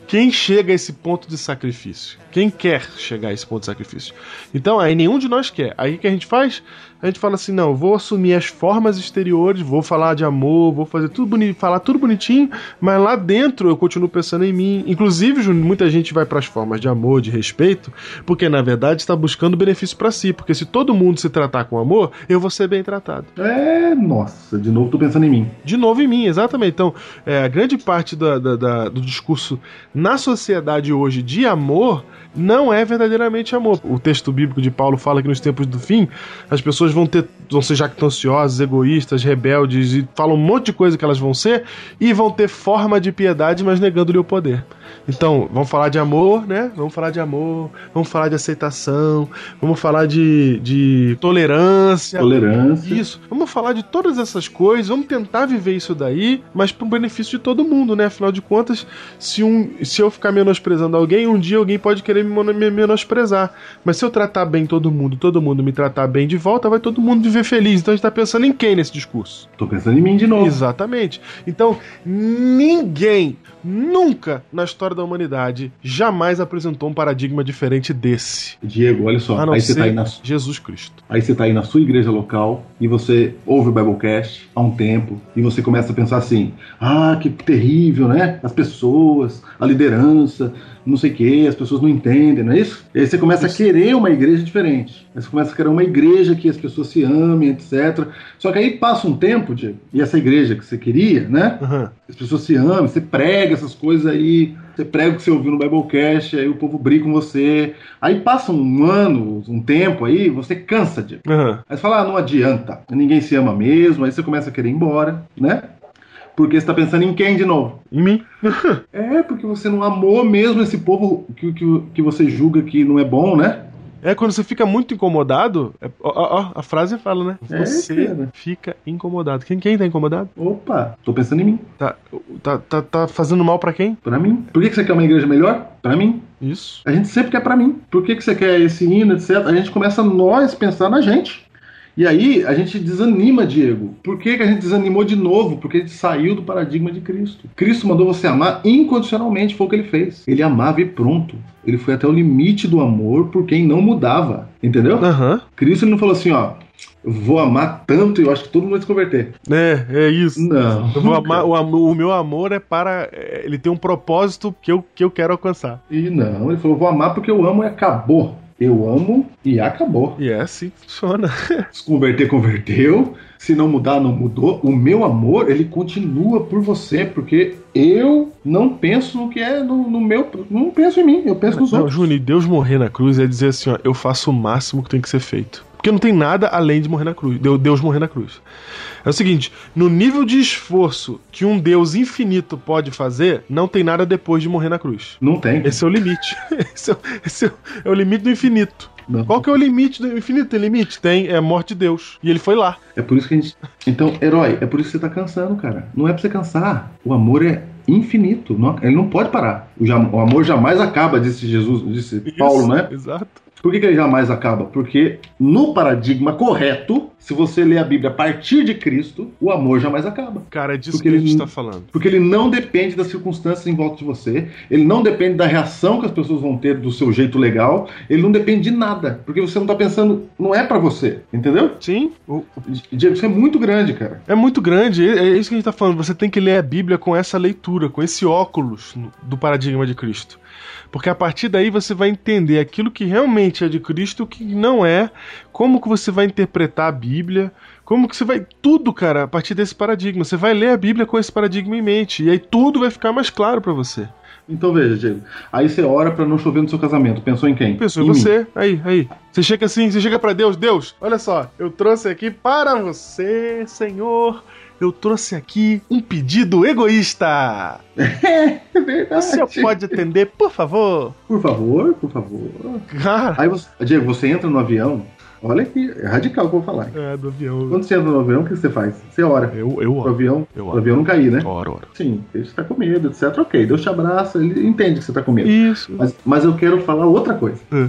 [SPEAKER 3] Quem chega a esse ponto de sacrifício? Quem quer chegar a esse ponto de sacrifício? Então, aí nenhum de nós quer. Aí o que a gente faz? A gente fala assim: não, vou assumir as formas exteriores, vou falar de amor, vou fazer tudo bonito, falar tudo bonitinho, mas lá dentro eu continuo pensando em mim. Inclusive, Júnior, muita gente vai para as formas de amor, de respeito, porque na verdade está buscando benefício para si. Porque se todo mundo se tratar com amor, eu vou ser bem tratado.
[SPEAKER 2] É, nossa, de novo tô pensando em mim.
[SPEAKER 3] De novo em mim, exatamente. Então, é, a grande parte da, da, da, do discurso na sociedade hoje de amor não é verdadeiramente amor. O texto bíblico de Paulo fala que nos tempos do fim as pessoas vão ter vão ser jactanciosas, egoístas, rebeldes e falam um monte de coisa que elas vão ser e vão ter forma de piedade, mas negando-lhe o poder. Então, vamos falar de amor, né? Vamos falar de amor, vamos falar de aceitação, vamos falar de, de tolerância.
[SPEAKER 2] Tolerância.
[SPEAKER 3] Isso. Vamos falar de todas essas coisas, vamos tentar viver isso daí, mas para o benefício de todo mundo, né? Afinal de contas, se, um, se eu ficar menosprezando alguém, um dia alguém pode querer me menosprezar. Mas se eu tratar bem todo mundo, todo mundo me tratar bem de volta, vai todo mundo viver feliz. Então a gente tá pensando em quem nesse discurso?
[SPEAKER 2] Tô pensando em mim de novo.
[SPEAKER 3] Exatamente. Então, ninguém, nunca na história da humanidade, jamais apresentou um paradigma diferente desse.
[SPEAKER 2] Diego, olha só,
[SPEAKER 3] a não
[SPEAKER 2] aí
[SPEAKER 3] ser
[SPEAKER 2] você tá aí na
[SPEAKER 3] Jesus Cristo.
[SPEAKER 2] Aí você tá aí na sua igreja local e você ouve o Biblecast há um tempo e você começa a pensar assim: "Ah, que terrível, né? As pessoas, a liderança, não sei o que, as pessoas não entendem, não é isso? E aí você começa isso. a querer uma igreja diferente. Aí você começa a querer uma igreja que as pessoas se amem, etc. Só que aí passa um tempo, Diego, e essa igreja que você queria, né? Uhum. As pessoas se amam, você prega essas coisas aí, você prega o que você ouviu no Biblecast, aí o povo briga com você. Aí passa um ano, um tempo aí, você cansa, Diego. Uhum. Aí você fala, ah, não adianta, ninguém se ama mesmo, aí você começa a querer ir embora, né? Porque você tá pensando em quem de novo?
[SPEAKER 3] Em mim.
[SPEAKER 2] é, porque você não amou mesmo esse povo que, que, que você julga que não é bom, né?
[SPEAKER 3] É, quando você fica muito incomodado, é, ó, ó, a frase fala, né?
[SPEAKER 2] É,
[SPEAKER 3] você
[SPEAKER 2] cara.
[SPEAKER 3] fica incomodado. Quem, quem tá incomodado?
[SPEAKER 2] Opa, tô pensando em mim.
[SPEAKER 3] Tá, tá, tá, tá fazendo mal para quem?
[SPEAKER 2] Para mim. Por que, que você quer uma igreja melhor? Para mim.
[SPEAKER 3] Isso.
[SPEAKER 2] A gente sempre quer para mim. Por que, que você quer esse hino, etc? A gente começa nós pensar na gente. E aí a gente desanima, Diego. Por que, que a gente desanimou de novo? Porque a gente saiu do paradigma de Cristo. Cristo mandou você amar incondicionalmente, foi o que ele fez. Ele amava e pronto. Ele foi até o limite do amor por quem não mudava. Entendeu?
[SPEAKER 3] Aham.
[SPEAKER 2] Cristo ele não falou assim, ó. Eu vou amar tanto e eu acho que todo mundo vai se converter.
[SPEAKER 3] É, é isso.
[SPEAKER 2] Não.
[SPEAKER 3] Eu vou amar- o, am- o meu amor é para. é, Ele tem um propósito que eu, que eu quero alcançar.
[SPEAKER 2] E não, ele falou, vou amar porque eu amo e acabou. Eu amo e acabou.
[SPEAKER 3] E é assim que funciona.
[SPEAKER 2] Se converter, converteu. Se não mudar, não mudou. O meu amor, ele continua por você, porque eu não penso no que é no, no meu. Não penso em mim, eu penso nos
[SPEAKER 3] Não,
[SPEAKER 2] outros.
[SPEAKER 3] Juni, Deus morrer na cruz é dizer assim, ó, eu faço o máximo que tem que ser feito. Porque não tem nada além de morrer na cruz. Deu- Deus morrer na cruz. É o seguinte, no nível de esforço que um Deus infinito pode fazer, não tem nada depois de morrer na cruz.
[SPEAKER 2] Não tem.
[SPEAKER 3] Esse é o limite. Esse é, o- esse é o- é o limite do infinito.
[SPEAKER 2] Não.
[SPEAKER 3] Qual que é o limite do infinito? Tem limite? Tem, é a morte de Deus. E ele foi lá.
[SPEAKER 2] É por isso que a gente. Então, herói, é por isso que você tá cansando, cara. Não é pra você cansar. O amor é infinito. Não- ele não pode parar. O, jam- o amor jamais acaba, disse Jesus, disse Paulo,
[SPEAKER 3] Isso,
[SPEAKER 2] né?
[SPEAKER 3] Exato.
[SPEAKER 2] Por que, que ele jamais acaba? Porque no paradigma correto, se você ler a Bíblia a partir de Cristo, o amor jamais acaba.
[SPEAKER 3] Cara, é disso
[SPEAKER 2] Porque
[SPEAKER 3] que a
[SPEAKER 2] ele
[SPEAKER 3] gente
[SPEAKER 2] não-
[SPEAKER 3] tá falando.
[SPEAKER 2] Porque ele não depende das circunstâncias em volta de você, ele não depende da reação que as pessoas vão ter do seu jeito legal, ele não depende de nada, porque você não tá pensando, não é pra você, entendeu?
[SPEAKER 3] Sim, o-
[SPEAKER 2] Diego, isso é muito grande, cara.
[SPEAKER 3] É muito grande, é é isso que a gente tá falando. Você tem que ler a Bíblia com essa leitura, com esse óculos no- do paradigma de Cristo. Porque a partir daí você vai entender aquilo que realmente é de Cristo, o que não é, como que você vai interpretar a Bíblia, como que você vai. Tudo, cara, a partir desse paradigma. Você vai ler a Bíblia com esse paradigma em mente. E aí tudo vai ficar mais claro pra você.
[SPEAKER 2] Então veja, Diego, aí você ora pra não chover no seu casamento. Pensou em quem?
[SPEAKER 3] Pessoa,
[SPEAKER 2] em mim.
[SPEAKER 3] você, aí, aí. Você chega assim, você chega pra Deus, Deus, olha só, eu trouxe aqui para você, Senhor. Eu trouxe aqui um pedido egoísta.
[SPEAKER 2] É
[SPEAKER 3] O
[SPEAKER 2] verdade.
[SPEAKER 3] senhor pode atender, por favor?
[SPEAKER 2] Por favor, por favor.
[SPEAKER 3] Cara.
[SPEAKER 2] Aí você, Diego, você entra no avião. Olha que é radical o que eu vou falar.
[SPEAKER 3] É, do avião.
[SPEAKER 2] Quando você entra no avião, o que você faz? Você ora.
[SPEAKER 3] Eu, eu
[SPEAKER 2] Pro
[SPEAKER 3] oro.
[SPEAKER 2] avião,
[SPEAKER 3] Eu
[SPEAKER 2] pro
[SPEAKER 3] oro.
[SPEAKER 2] avião não cair, né?
[SPEAKER 3] Oro, oro.
[SPEAKER 2] Sim, ele está com medo, etc. Ok, Deus te abraça, ele entende que você está com medo.
[SPEAKER 3] Isso.
[SPEAKER 2] Mas, mas eu quero falar outra coisa.
[SPEAKER 3] É.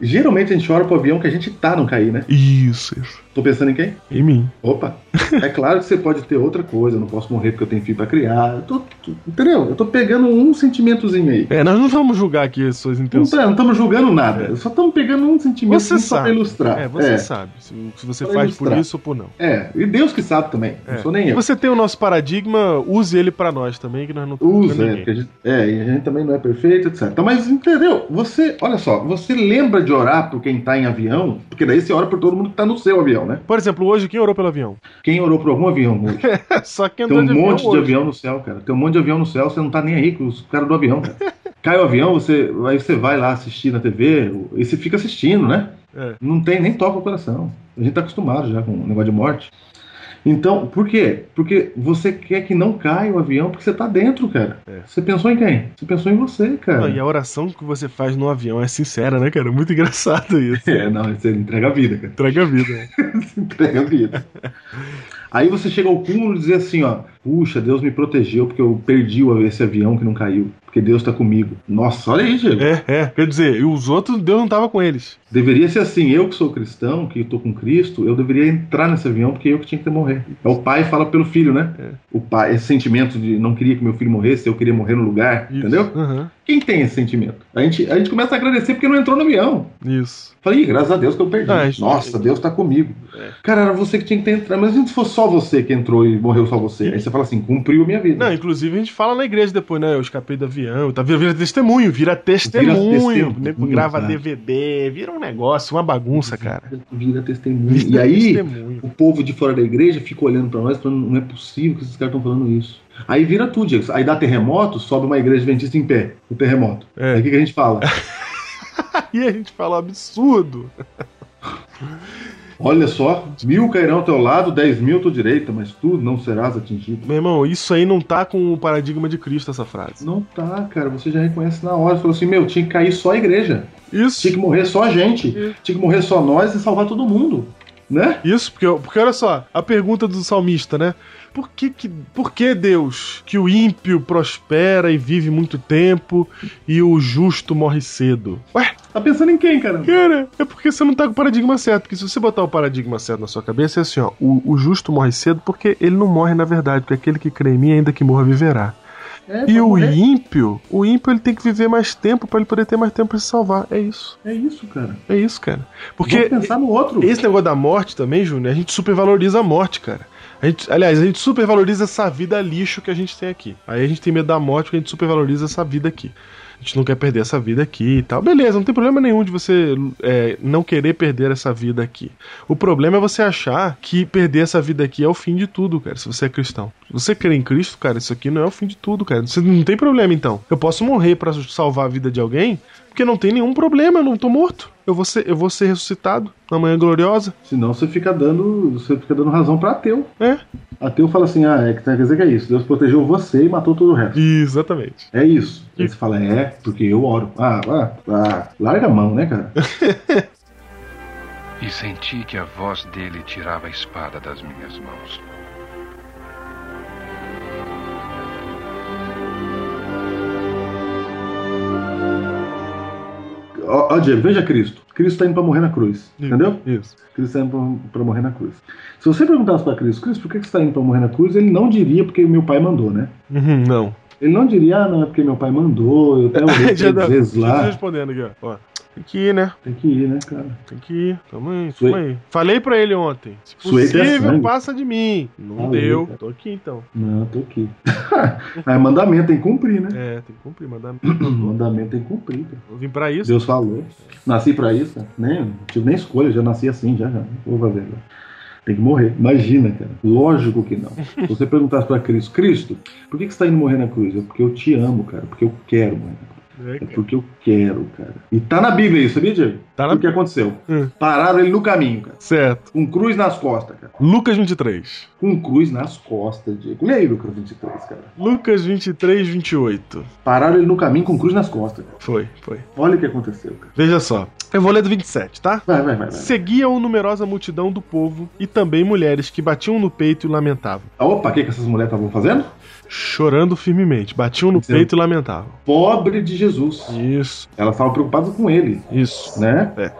[SPEAKER 2] Geralmente a gente ora pro avião que a gente tá não cair, né?
[SPEAKER 3] Isso, isso.
[SPEAKER 2] Tô pensando em quem?
[SPEAKER 3] Em mim.
[SPEAKER 2] Opa! É claro que você pode ter outra coisa, eu não posso morrer porque eu tenho filho pra criar. Eu tô, tô- entendeu? Eu tô pegando um sentimentozinho aí.
[SPEAKER 3] É, nós não vamos julgar aqui as suas
[SPEAKER 2] Não
[SPEAKER 3] intenções.
[SPEAKER 2] estamos julgando nada, só estamos pegando um sentimento
[SPEAKER 3] É, Você
[SPEAKER 2] só pra
[SPEAKER 3] sabe.
[SPEAKER 2] ilustrar.
[SPEAKER 3] É, você sabe se, se você
[SPEAKER 2] Pra
[SPEAKER 3] faz por
[SPEAKER 2] ilustrar.
[SPEAKER 3] isso ou por não.
[SPEAKER 2] É, e Deus que sabe também,
[SPEAKER 3] É.
[SPEAKER 2] não sou nem eu.
[SPEAKER 3] Você tem o nosso paradigma, use ele pra nós também, que nós não estamos
[SPEAKER 2] Usa,
[SPEAKER 3] julgando
[SPEAKER 2] é,
[SPEAKER 3] ninguém.
[SPEAKER 2] porque a gente, é, e a gente também não é perfeito, etc. Então, Mas entendeu? Você, olha só, você lembra de orar por quem tá em avião? Porque daí você ora por todo mundo que tá no seu avião, né?
[SPEAKER 3] Por exemplo, hoje quem orou pelo avião?
[SPEAKER 2] Quem orou por algum avião hoje?
[SPEAKER 3] Só que
[SPEAKER 2] Tem
[SPEAKER 3] andou
[SPEAKER 2] um
[SPEAKER 3] de
[SPEAKER 2] monte
[SPEAKER 3] avião
[SPEAKER 2] de
[SPEAKER 3] hoje.
[SPEAKER 2] avião no céu, cara. Tem um monte de avião no céu, você não tá nem aí com os caras do avião, cara. Cai o avião, você, aí você vai lá assistir na TV e você fica assistindo, né?
[SPEAKER 3] É.
[SPEAKER 2] Não tem, nem toca o coração. A gente tá acostumado já com o negócio de morte. Então, por quê? Porque você quer que não caia o avião porque você tá dentro, cara.
[SPEAKER 3] É.
[SPEAKER 2] Você pensou em quem? Você pensou em você, cara.
[SPEAKER 3] Não, e a oração que você faz no avião é sincera, né, cara? Muito engraçado isso.
[SPEAKER 2] É, não, você entrega a vida, cara.
[SPEAKER 3] Entrega a vida. né?
[SPEAKER 2] Você entrega a vida. Aí você chega ao cúmulo e dizer assim, ó, puxa, Deus me protegeu porque eu perdi o- esse avião que não caiu, porque Deus tá comigo. Nossa, olha aí, Diego.
[SPEAKER 3] É, é. Quer dizer, e os outros, Deus não tava com eles.
[SPEAKER 2] Deveria ser assim, eu que sou cristão, que tô com Cristo, eu deveria entrar nesse avião porque eu que tinha que ter morrer. É o pai fala pelo filho, né? O pai, esse sentimento de não queria que meu filho morresse, eu queria morrer no lugar,
[SPEAKER 3] Isso.
[SPEAKER 2] entendeu?
[SPEAKER 3] Aham.
[SPEAKER 2] Quem tem esse sentimento? A gente, a gente começa a agradecer porque não entrou no avião.
[SPEAKER 3] Isso.
[SPEAKER 2] Falei, "Ih, graças a Deus que eu perdi.
[SPEAKER 3] Ah, É. isso-
[SPEAKER 2] Nossa, Deus tá comigo. Cara, era você que tinha que ter entrado. Mas se fosse só você que entrou e morreu só você, aí você fala assim, cumpriu minha vida.
[SPEAKER 3] Não, inclusive a gente fala na igreja depois, né? Eu escapei do avião. Tá, vira, vira testemunho, vira testemunho.
[SPEAKER 2] testemunho,
[SPEAKER 3] né? Grava
[SPEAKER 2] exato.
[SPEAKER 3] DVD, vira um negócio, uma bagunça, cara.
[SPEAKER 2] Vira testemunho.
[SPEAKER 3] Vira
[SPEAKER 2] e aí,
[SPEAKER 3] testemunho.
[SPEAKER 2] o povo de fora da igreja fica olhando pra nós falando, não é possível que esses caras estão falando isso. Aí vira tudo, Diego. Aí dá terremoto, sobe uma igreja adventista em pé, o terremoto.
[SPEAKER 3] É.
[SPEAKER 2] Aí o que, que a gente fala?
[SPEAKER 3] Aí a gente fala absurdo.
[SPEAKER 2] Olha só, mil cairão ao teu lado, dez mil à tua direita, mas tu não serás atingido.
[SPEAKER 3] Meu irmão, isso aí não tá com o paradigma de Cristo, essa frase.
[SPEAKER 2] Não tá, cara. Você já reconhece na hora. Você falou assim, meu, tinha que cair só a igreja.
[SPEAKER 3] Isso.
[SPEAKER 2] Tinha que morrer só a gente. Tinha que morrer só nós e salvar todo mundo. né?
[SPEAKER 3] Isso, porque, porque olha só, a pergunta do salmista, né? Por que, que, por que Deus, que o ímpio prospera e vive muito tempo e o justo morre cedo? Ué,
[SPEAKER 2] Tá pensando em quem, cara?
[SPEAKER 3] Cara, é porque você não tá com o paradigma certo. Porque se você botar o paradigma certo na sua cabeça, é assim, ó. O, o justo morre cedo porque ele não morre na verdade. Porque aquele que crê em mim, ainda que morra, viverá.
[SPEAKER 2] É,
[SPEAKER 3] e
[SPEAKER 2] pra
[SPEAKER 3] o
[SPEAKER 2] morrer.
[SPEAKER 3] ímpio, o ímpio ele tem que viver mais tempo pra ele poder ter mais tempo pra se salvar. É isso.
[SPEAKER 2] É isso, cara.
[SPEAKER 3] É isso, cara.
[SPEAKER 2] Vamos
[SPEAKER 3] Porque
[SPEAKER 2] pensar no outro.
[SPEAKER 3] esse negócio da morte também, Júnior, a gente supervaloriza a morte, cara. A gente, aliás, a gente supervaloriza essa vida lixo que a gente tem aqui. Aí a gente tem medo da morte porque a gente supervaloriza essa vida aqui. A gente não quer perder essa vida aqui e tal. Beleza, não tem problema nenhum de você é, não querer perder essa vida aqui. O problema é você achar que perder essa vida aqui é o fim de tudo, cara, se você é cristão. Se você crê em Cristo, cara, isso aqui não é o fim de tudo, cara. Você não tem problema então. Eu posso morrer pra salvar a vida de alguém porque não tem nenhum problema, eu não tô morto. Eu vou ser, eu vou ser ressuscitado na manhã gloriosa.
[SPEAKER 2] Senão você fica dando. Você fica dando razão pra ateu.
[SPEAKER 3] É,
[SPEAKER 2] Ateu fala assim, ah, é que quer dizer que é isso. Deus protegeu você e matou todo o resto.
[SPEAKER 3] exatamente.
[SPEAKER 2] É isso. Aí você fala, é, porque eu oro. Ah, ah, ah, larga a mão, né, cara?
[SPEAKER 6] E senti que a voz dele tirava a espada das minhas mãos.
[SPEAKER 2] Ó, ó, Diego, veja Cristo. Cristo tá indo pra morrer na cruz. Entendeu?
[SPEAKER 3] Isso.
[SPEAKER 2] Cristo tá indo pra, pra morrer na cruz. Se você perguntasse pra Cristo, Cristo, por que que você tá indo pra morrer na cruz? Ele não diria porque meu pai mandou, né?
[SPEAKER 3] Uhum, não.
[SPEAKER 2] Ele não diria, ah, não, é porque meu pai mandou, eu até orei
[SPEAKER 3] Já dá-
[SPEAKER 2] três vezes
[SPEAKER 3] já tô
[SPEAKER 2] lá.
[SPEAKER 3] respondendo aqui, ó. ó. Tem que ir, né?
[SPEAKER 2] Tem que ir, né, cara?
[SPEAKER 3] Tem que ir. Tamo aí,
[SPEAKER 2] Suei.
[SPEAKER 3] tamo aí. Falei pra ele ontem. Se
[SPEAKER 2] Suei pra
[SPEAKER 3] possível,
[SPEAKER 2] sangue.
[SPEAKER 3] passa de mim. Não
[SPEAKER 2] Falei,
[SPEAKER 3] deu.
[SPEAKER 2] cara.
[SPEAKER 3] Tô aqui então.
[SPEAKER 2] Não, tô aqui. Mas mandamento tem que cumprir, né?
[SPEAKER 3] É, tem que cumprir, mandar.
[SPEAKER 2] Mandamento tem que cumprir, cara.
[SPEAKER 3] Eu vim pra isso.
[SPEAKER 2] Deus falou. Nasci pra isso, né? nem não tive nem escolha, já nasci assim, já, já. Não vou fazer. né? Tem que morrer. Imagina, cara. Lógico que não. Se você perguntasse pra Cristo, Cristo, por que, que você tá indo morrer na cruz? É porque eu te amo, cara. Porque eu quero, mano.
[SPEAKER 3] É,
[SPEAKER 2] É
[SPEAKER 3] cara.
[SPEAKER 2] porque eu quero, cara. E tá na Bíblia isso, sabia, Diego?
[SPEAKER 3] Tá na-
[SPEAKER 2] O que aconteceu?
[SPEAKER 3] Hum.
[SPEAKER 2] Pararam ele no caminho, cara.
[SPEAKER 3] Certo.
[SPEAKER 2] Com cruz nas costas, cara.
[SPEAKER 3] Lucas 23.
[SPEAKER 2] Com cruz nas costas, Diego. Lê aí, Lucas 23, cara.
[SPEAKER 3] Lucas 23, 28.
[SPEAKER 2] Pararam ele no caminho com cruz nas costas, cara.
[SPEAKER 3] Foi, foi.
[SPEAKER 2] Olha o que aconteceu, cara.
[SPEAKER 3] Veja só. Eu vou ler do 27, tá?
[SPEAKER 2] Vai, vai, vai, vai.
[SPEAKER 3] Seguiam numerosa multidão do povo e também mulheres que batiam no peito e lamentavam.
[SPEAKER 2] Opa, o que, que essas mulheres estavam fazendo?
[SPEAKER 3] Chorando firmemente, batiam no
[SPEAKER 2] Sim.
[SPEAKER 3] peito e lamentavam.
[SPEAKER 2] pobre de Jesus.
[SPEAKER 3] Isso,
[SPEAKER 2] Elas estavam preocupadas com ele,
[SPEAKER 3] isso.
[SPEAKER 2] né?
[SPEAKER 3] É.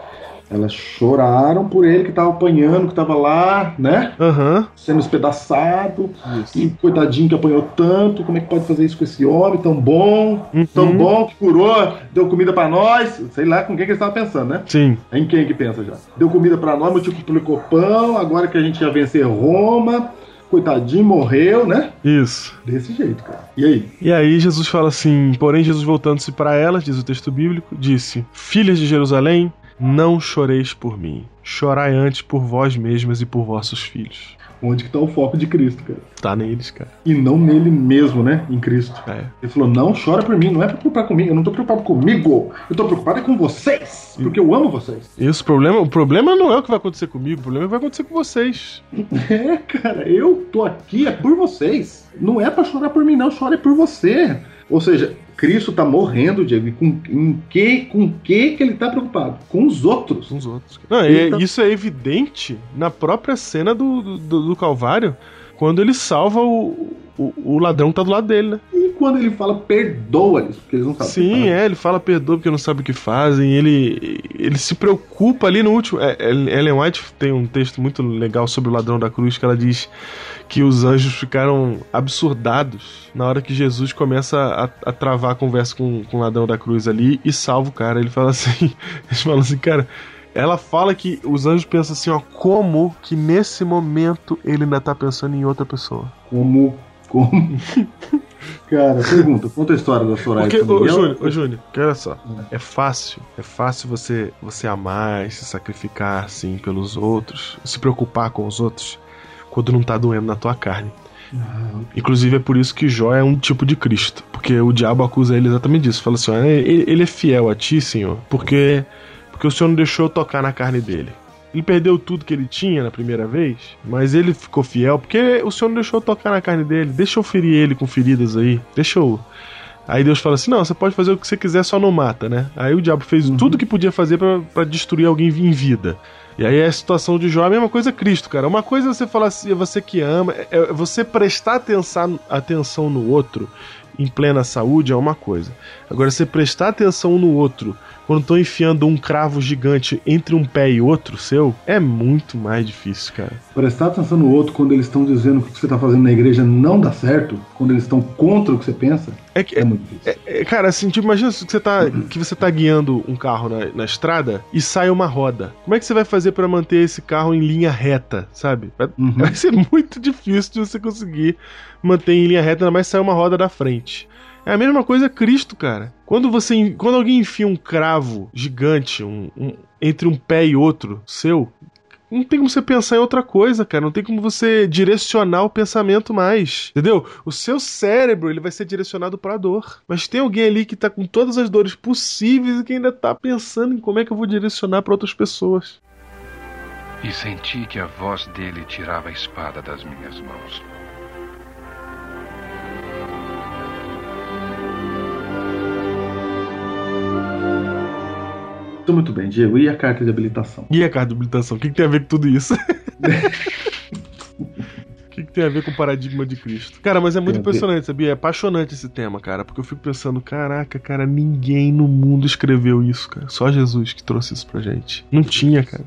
[SPEAKER 2] Elas choraram por ele que tava apanhando, que tava lá, né?
[SPEAKER 3] Aham,
[SPEAKER 2] Sendo espedaçado.
[SPEAKER 3] isso.
[SPEAKER 2] E coitadinho que apanhou tanto, como é que pode fazer isso com esse homem tão bom?
[SPEAKER 3] Uhum.
[SPEAKER 2] Tão bom que curou, deu comida pra nós. Sei lá com quem que eles estavam pensando, né?
[SPEAKER 3] Sim,
[SPEAKER 2] Em quem que pensa já? Deu comida pra nós, multiplicou pão, agora que a gente ia vencer Roma. Coitadinho, morreu, né?
[SPEAKER 3] isso.
[SPEAKER 2] Desse jeito, cara. E aí?
[SPEAKER 3] E aí Jesus fala assim: Porém, Jesus voltando-se para elas, diz o texto bíblico, disse: Filhas de Jerusalém, não choreis por mim, chorai antes por vós mesmas e por vossos filhos.
[SPEAKER 2] Onde que tá o foco de Cristo, cara?
[SPEAKER 3] Tá neles, cara.
[SPEAKER 2] E não nele mesmo, né? Em Cristo.
[SPEAKER 3] É.
[SPEAKER 2] Ele falou: não chora por mim, não é pra preocupar comigo, eu não tô preocupado comigo, eu tô preocupado é com vocês, porque eu amo vocês.
[SPEAKER 3] Isso, o problema, o problema não é o que vai acontecer comigo, o problema é o que vai acontecer com vocês.
[SPEAKER 2] É, cara, eu tô aqui é por vocês. Não é pra chorar por mim, não, chora é por você. Ou seja, Cristo tá morrendo, Diego, e com, em que, com que que ele tá preocupado? Com os outros.
[SPEAKER 3] com os outros. cara. Não, é-
[SPEAKER 2] Então-
[SPEAKER 3] Isso é evidente na própria cena do, do, do Calvário, quando ele salva o, o, o ladrão que tá do lado dele, né?
[SPEAKER 2] E quando ele fala, perdoa-lhes, porque eles não sabem.
[SPEAKER 3] Sim, é, ele fala perdoa porque não sabe o que fazem, ele, ele se preocupa ali no último. é, é, Ellen White tem um texto muito legal sobre o ladrão da cruz que ela diz que os anjos ficaram absurdados na hora que Jesus começa a, a travar a conversa com, com o ladrão da cruz ali e salva o cara. Ele fala assim: eles falam assim, cara. Ela fala que os anjos pensam assim, ó, como que nesse momento ele ainda tá pensando em outra pessoa.
[SPEAKER 2] Como. Como. cara, pergunta, conta a história da Soraya.
[SPEAKER 3] Porque, ô,
[SPEAKER 2] Samuel.
[SPEAKER 3] Júnior, ô, Júnior, que olha só. É fácil. É fácil você, você amar e se sacrificar, assim, pelos outros. Se preocupar com os outros quando não tá doendo na tua carne. Inclusive, é por isso que Jó é um tipo de Cristo. Porque o diabo acusa ele exatamente disso. Fala assim: ó, ele, ele é fiel a ti, senhor, porque, porque o senhor não deixou eu tocar na carne dele. Ele perdeu tudo que ele tinha na primeira vez, mas ele ficou fiel porque o senhor não deixou eu tocar na carne dele. Deixa eu ferir ele com feridas aí. Deixa eu. Aí Deus fala assim: não, você pode fazer o que você quiser, só não mata, né? Aí o diabo fez tudo que podia fazer pra pra destruir alguém em vida. E aí a situação de Jó é a mesma coisa Cristo, cara. Uma coisa é você falar assim, é você que ama, é- é você prestar atenção, atenção no outro em plena saúde é uma coisa. Agora, você prestar atenção no outro quando estão enfiando um cravo gigante entre um pé e outro seu, é muito mais difícil, cara.
[SPEAKER 2] Prestar atenção no outro quando eles estão dizendo que o que você está fazendo na igreja não dá certo, quando eles estão contra o que você pensa,
[SPEAKER 3] É que,
[SPEAKER 2] é muito difícil.
[SPEAKER 3] É, cara, assim, tipo, imagina que você tá, que você tá guiando um carro na, na estrada e sai uma roda. Como é que você vai fazer pra manter esse carro em linha reta, sabe? Vai,
[SPEAKER 2] Uhum.
[SPEAKER 3] vai ser muito difícil de você conseguir manter em linha reta, ainda mais sair uma roda da frente. É a mesma coisa Cristo, cara. Quando você, en- quando alguém enfia um cravo gigante um- um- entre um pé e outro seu, não tem como você pensar em outra coisa, cara. Não tem como você direcionar o pensamento mais. Entendeu? O seu cérebro, ele vai ser direcionado pra dor. Mas tem alguém ali que tá com todas as dores possíveis e que ainda tá pensando em como é que eu vou direcionar pra outras pessoas.
[SPEAKER 6] E senti que a voz dele tirava a espada das minhas mãos.
[SPEAKER 2] Então, muito bem, Diego. E a carta de habilitação?
[SPEAKER 3] E a carta de habilitação? O que, que tem a ver com tudo isso? O que, que tem a ver com o paradigma de Cristo? Cara, mas é muito
[SPEAKER 2] Tem a ver.
[SPEAKER 3] impressionante, sabia? É apaixonante esse tema, cara. Porque eu fico pensando, caraca, cara, ninguém no mundo escreveu isso, cara. Só Jesus que trouxe isso pra gente. Não tinha, cara.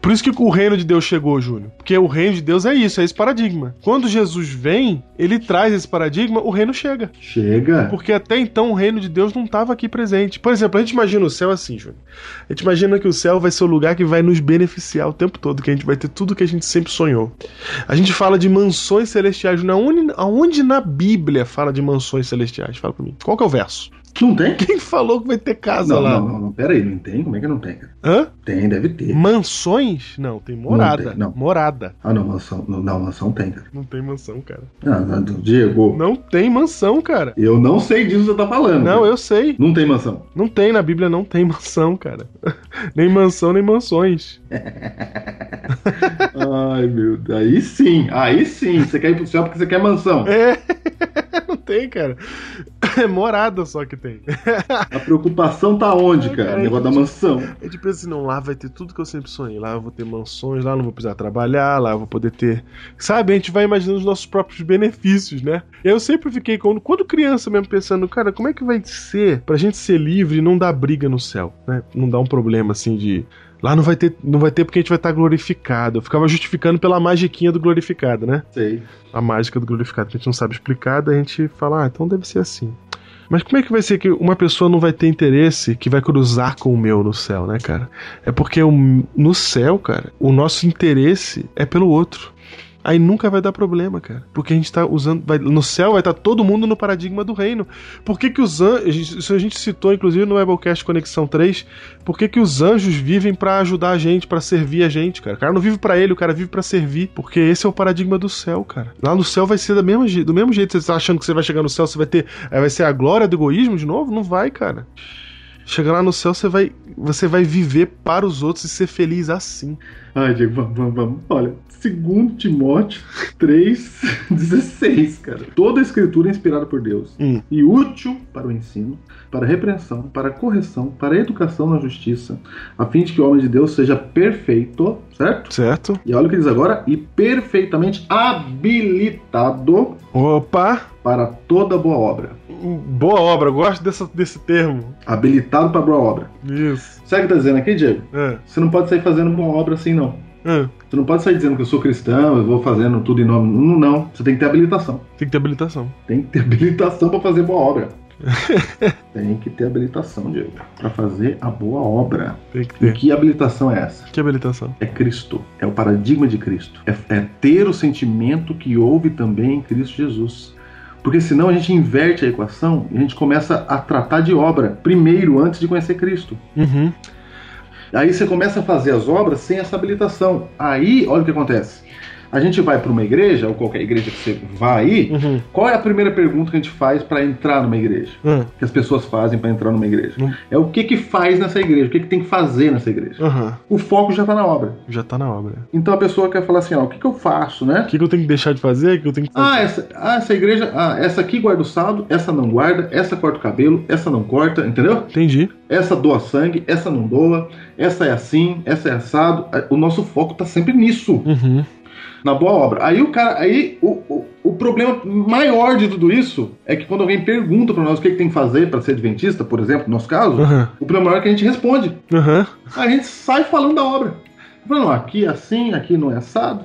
[SPEAKER 3] Por isso que o reino de Deus chegou, Júnior. Porque o reino de Deus é isso, é esse paradigma. Quando Jesus vem, ele traz esse paradigma, o reino chega.
[SPEAKER 2] Chega.
[SPEAKER 3] Porque até então o reino de Deus não estava aqui presente. Por exemplo, a gente imagina o céu assim, Júnior. A gente imagina que o céu vai ser o lugar que vai nos beneficiar o tempo todo, que a gente vai ter tudo que a gente sempre sonhou. A gente fala de mansões celestiais. Na uni- aonde na Bíblia fala de mansões celestiais? Fala pra mim. Qual que é o verso?
[SPEAKER 2] Não tem?
[SPEAKER 3] Quem falou que vai ter casa
[SPEAKER 2] Não,
[SPEAKER 3] lá?
[SPEAKER 2] não, não, não. Pera aí, não tem? Como é que não tem, cara?
[SPEAKER 3] Hã?
[SPEAKER 2] Tem, deve
[SPEAKER 3] Hum.
[SPEAKER 2] ter.
[SPEAKER 3] Mansões? Não, tem morada.
[SPEAKER 2] Não tem, não.
[SPEAKER 3] Morada.
[SPEAKER 2] Ah, não, mansão, não, não, mansão tem, cara.
[SPEAKER 3] Não tem mansão, cara.
[SPEAKER 2] Ah, não, Diego,
[SPEAKER 3] Não tem mansão, cara.
[SPEAKER 2] eu não sei disso que você tá falando.
[SPEAKER 3] Não,
[SPEAKER 2] cara.
[SPEAKER 3] eu sei.
[SPEAKER 2] Não tem mansão.
[SPEAKER 3] Não tem, na Bíblia não tem mansão, cara. nem mansão, nem mansões.
[SPEAKER 2] Ai, meu Deus. Aí sim, aí sim. Você quer ir pro céu porque você quer mansão.
[SPEAKER 3] É, não tem, cara. É morada só que tem.
[SPEAKER 2] A preocupação tá onde, cara?
[SPEAKER 3] cara,
[SPEAKER 2] o negócio da mansão.
[SPEAKER 3] É tipo assim, não, lá vai ter tudo que eu sempre sonhei. Lá eu vou ter mansões, lá eu não vou precisar trabalhar, lá eu vou poder ter. Sabe, a gente vai imaginando os nossos próprios benefícios, né? E aí eu sempre fiquei, quando, quando criança mesmo, pensando, cara, como é que vai ser pra gente ser livre e não dar briga no céu, né? Não dar um problema assim de. Lá não vai ter, não vai ter porque a gente vai estar glorificado. Eu ficava justificando pela magiquinha do glorificado, né?
[SPEAKER 2] Sei.
[SPEAKER 3] a mágica do glorificado que a gente não sabe explicar, daí a gente fala, ah, então deve ser assim. Mas como é que vai ser que uma pessoa não vai ter interesse que vai cruzar com o meu no céu, né, cara? É porque o- no céu, cara, o nosso interesse é pelo outro. Aí nunca vai dar problema, cara. Porque a gente tá usando. vai- no céu vai estar todo mundo no paradigma do reino. Por que, que os anjos. Isso a gente citou, inclusive, no Biblecast Conexão 3. Por que, que os anjos vivem pra ajudar a gente, pra servir a gente, cara? O cara não vive pra ele, o cara vive pra servir. Porque esse é o paradigma do céu, cara. Lá no céu vai ser da mesma, je- do mesmo jeito. Você tá achando que você vai chegar no céu, você vai ter. Aí vai ser a glória do egoísmo de novo? Não vai, cara. Chegar lá no céu, você vai, você vai viver para os outros e ser feliz assim.
[SPEAKER 2] Ai, Diego, vamos, vamos, vamos. Olha, segundo Timóteo 3, 16, cara. Toda a escritura é inspirada por Deus
[SPEAKER 3] Hum.
[SPEAKER 2] e útil para o ensino, para a repreensão, para a correção, para a educação na justiça, a fim de que o homem de Deus seja perfeito, certo?
[SPEAKER 3] Certo?
[SPEAKER 2] E olha o que diz agora, e perfeitamente habilitado
[SPEAKER 3] Opa! Hum,
[SPEAKER 2] para toda boa obra.
[SPEAKER 3] Boa obra, gosto dessa, desse termo.
[SPEAKER 2] Habilitado para boa obra.
[SPEAKER 3] Isso.
[SPEAKER 2] Sabe o que tá dizendo aqui, Diego?
[SPEAKER 3] É,
[SPEAKER 2] Você não pode sair fazendo boa obra assim, não.
[SPEAKER 3] é.
[SPEAKER 2] Você não pode sair dizendo que eu sou cristão, eu vou fazendo tudo em nome. Não, não. Você tem que ter habilitação.
[SPEAKER 3] Tem que ter habilitação.
[SPEAKER 2] Tem que ter habilitação pra fazer boa obra. tem que ter habilitação, Diego, Pra fazer a boa obra.
[SPEAKER 3] Tem que
[SPEAKER 2] E
[SPEAKER 3] ter.
[SPEAKER 2] que habilitação é essa?
[SPEAKER 3] Que habilitação?
[SPEAKER 2] É Cristo. É o paradigma de Cristo. É, é ter o sentimento que houve também em Cristo Jesus. Porque senão a gente inverte a equação e a gente começa a tratar de obra primeiro, antes de conhecer Cristo.
[SPEAKER 3] Uhum.
[SPEAKER 2] Aí você começa a fazer as obras sem essa habilitação. Aí, olha o que acontece. A gente vai para uma igreja, ou qualquer igreja que você vá aí,
[SPEAKER 3] Uhum.
[SPEAKER 2] qual é a primeira pergunta que a gente faz para entrar numa igreja?
[SPEAKER 3] Hum.
[SPEAKER 2] Que as pessoas fazem para entrar numa igreja?
[SPEAKER 3] Hum.
[SPEAKER 2] É o que que faz nessa igreja, o que que tem que fazer nessa igreja.
[SPEAKER 3] Aham.
[SPEAKER 2] O foco já tá na obra.
[SPEAKER 3] Já tá na obra.
[SPEAKER 2] Então a pessoa quer falar assim, ó, o que que eu faço, né?
[SPEAKER 3] O que, que eu tenho que deixar de fazer? O que eu tenho que fazer?
[SPEAKER 2] Ah, essa, ah, essa igreja, ah, essa aqui guarda o saldo, essa não guarda, essa corta o cabelo, essa não corta, entendeu?
[SPEAKER 3] Entendi.
[SPEAKER 2] Essa doa sangue, essa não doa, essa é assim, essa é assado. O nosso foco tá sempre nisso,
[SPEAKER 3] Uhum.
[SPEAKER 2] na boa obra. Aí o cara, aí o, o, o problema maior de tudo isso é que quando alguém pergunta para nós o que, que tem que fazer para ser adventista, por exemplo, no nosso caso,
[SPEAKER 3] Aham.
[SPEAKER 2] o problema maior é que a gente responde.
[SPEAKER 3] Aham.
[SPEAKER 2] A gente sai falando da obra. Falando, ó, aqui é assim, aqui não é assado,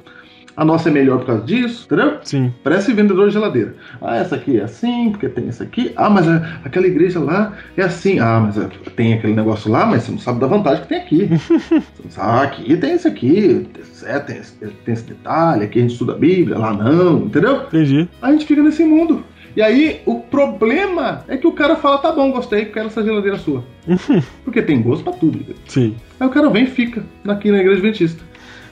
[SPEAKER 2] a nossa é melhor por causa disso, entendeu?
[SPEAKER 3] Sim.
[SPEAKER 2] Parece vendedor de geladeira. Ah, essa aqui é assim, porque tem essa aqui. Ah, mas é- aquela igreja lá é assim. Ah, mas é- tem aquele negócio lá, mas você não sabe da vantagem que tem aqui. Você não sabe, ah, aqui tem isso aqui, tem esse- é, tem, esse- tem esse detalhe, aqui a gente estuda a Bíblia, lá não, entendeu?
[SPEAKER 3] Entendi.
[SPEAKER 2] A gente fica nesse mundo. E aí, o problema é que o cara fala, tá bom, gostei, quero essa geladeira sua. Porque tem gosto pra tudo.
[SPEAKER 3] Sim.
[SPEAKER 2] Aí o cara vem e fica aqui na igreja adventista.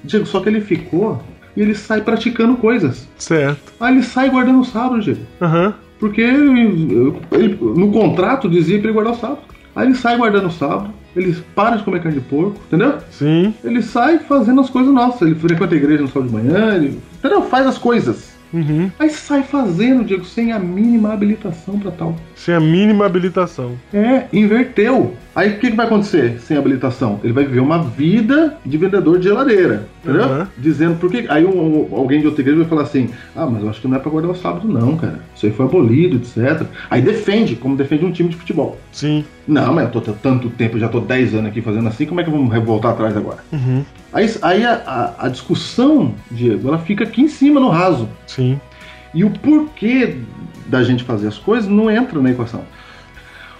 [SPEAKER 2] Diego, só que ele ficou e ele sai praticando coisas.
[SPEAKER 3] Certo.
[SPEAKER 2] Aí ele sai guardando o sábado, gente.
[SPEAKER 3] Aham.
[SPEAKER 2] Porque ele, ele- no contrato dizia pra ele guardar o sábado. Aí ele sai guardando o sábado, ele para de comer carne de porco, entendeu?
[SPEAKER 3] Sim.
[SPEAKER 2] Ele sai fazendo as coisas nossas. Ele frequenta a igreja no sábado de manhã, ele, entendeu? Faz as coisas.
[SPEAKER 3] Uhum.
[SPEAKER 2] Aí sai fazendo, Diego, sem a mínima habilitação pra tal.
[SPEAKER 3] Sem a mínima habilitação.
[SPEAKER 2] É, inverteu. Aí o que, que vai acontecer sem habilitação? Ele vai viver uma vida de vendedor de geladeira, entendeu?
[SPEAKER 3] Aham.
[SPEAKER 2] Dizendo por quê? Aí um- um- alguém de outra igreja vai falar assim: ah, mas eu acho que não é pra guardar o sábado, não, cara. Isso aí foi abolido, etc. Aí defende, como defende um time de futebol.
[SPEAKER 3] Sim.
[SPEAKER 2] Não, mas eu tô t- tanto tempo, já tô 10 anos aqui fazendo assim, como é que vamos voltar atrás agora?
[SPEAKER 3] Uhum.
[SPEAKER 2] Aí, aí a, a- a discussão, Diego, ela fica aqui em cima no raso.
[SPEAKER 3] Sim.
[SPEAKER 2] E o porquê da gente fazer as coisas não entra na equação.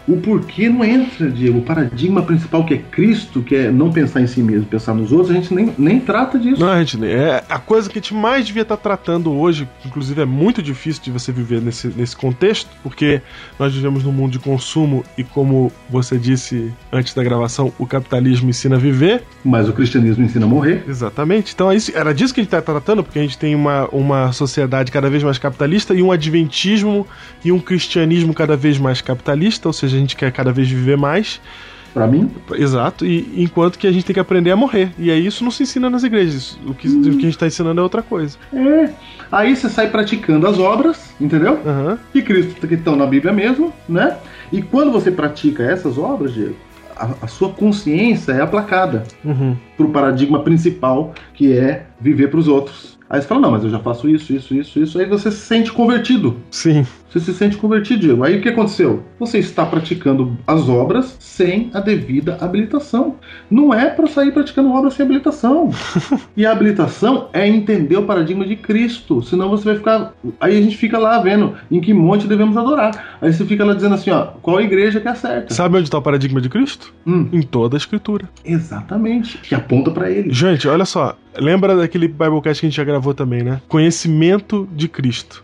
[SPEAKER 2] O porquê não entra, Diego. O paradigma principal que é Cristo, que é não pensar em si mesmo, pensar nos outros, a gente nem, nem trata disso.
[SPEAKER 3] Não, gente, é a coisa que a gente mais devia estar tratando hoje, que, inclusive é muito difícil de você viver nesse, nesse contexto, porque nós vivemos num mundo de consumo e, como você disse antes da gravação, o capitalismo ensina a viver.
[SPEAKER 2] Mas o cristianismo ensina a morrer.
[SPEAKER 3] Exatamente. Então é isso, era disso que a gente está tratando, porque a gente tem uma, uma sociedade cada vez mais capitalista e um adventismo e um cristianismo cada vez mais capitalista, ou seja, a gente quer cada vez viver mais.
[SPEAKER 2] Pra mim,
[SPEAKER 3] Exato, e enquanto que a gente tem que aprender a morrer. E aí isso não se ensina nas igrejas. isso- O que, o que a gente tá ensinando é outra coisa.
[SPEAKER 2] é. Aí você sai praticando as obras, entendeu?
[SPEAKER 3] Aham.
[SPEAKER 2] Que Cristo que estão na Bíblia mesmo, né? E quando você pratica essas obras, Diego, a, a sua consciência é aplacada.
[SPEAKER 3] Uhum.
[SPEAKER 2] pro paradigma principal, que é viver pros outros. Aí você fala, não, mas eu já faço isso, isso, isso, isso. Aí você se sente convertido.
[SPEAKER 3] Sim.
[SPEAKER 2] Você se sente convertido. Diego. Aí o que aconteceu? Você está praticando as obras sem a devida habilitação. Não é para sair praticando obras sem habilitação. e a habilitação é entender o paradigma de Cristo. Senão você vai ficar. Aí a gente fica lá vendo em que monte devemos adorar. Aí você fica lá dizendo assim, ó, qual igreja que é a certa?
[SPEAKER 3] Sabe onde tá o paradigma de Cristo?
[SPEAKER 2] Hum,
[SPEAKER 3] Em toda a escritura.
[SPEAKER 2] exatamente. Que aponta para ele.
[SPEAKER 3] Gente, olha só. Lembra daquele Biblecast que a gente já gravou também, né? Conhecimento de Cristo.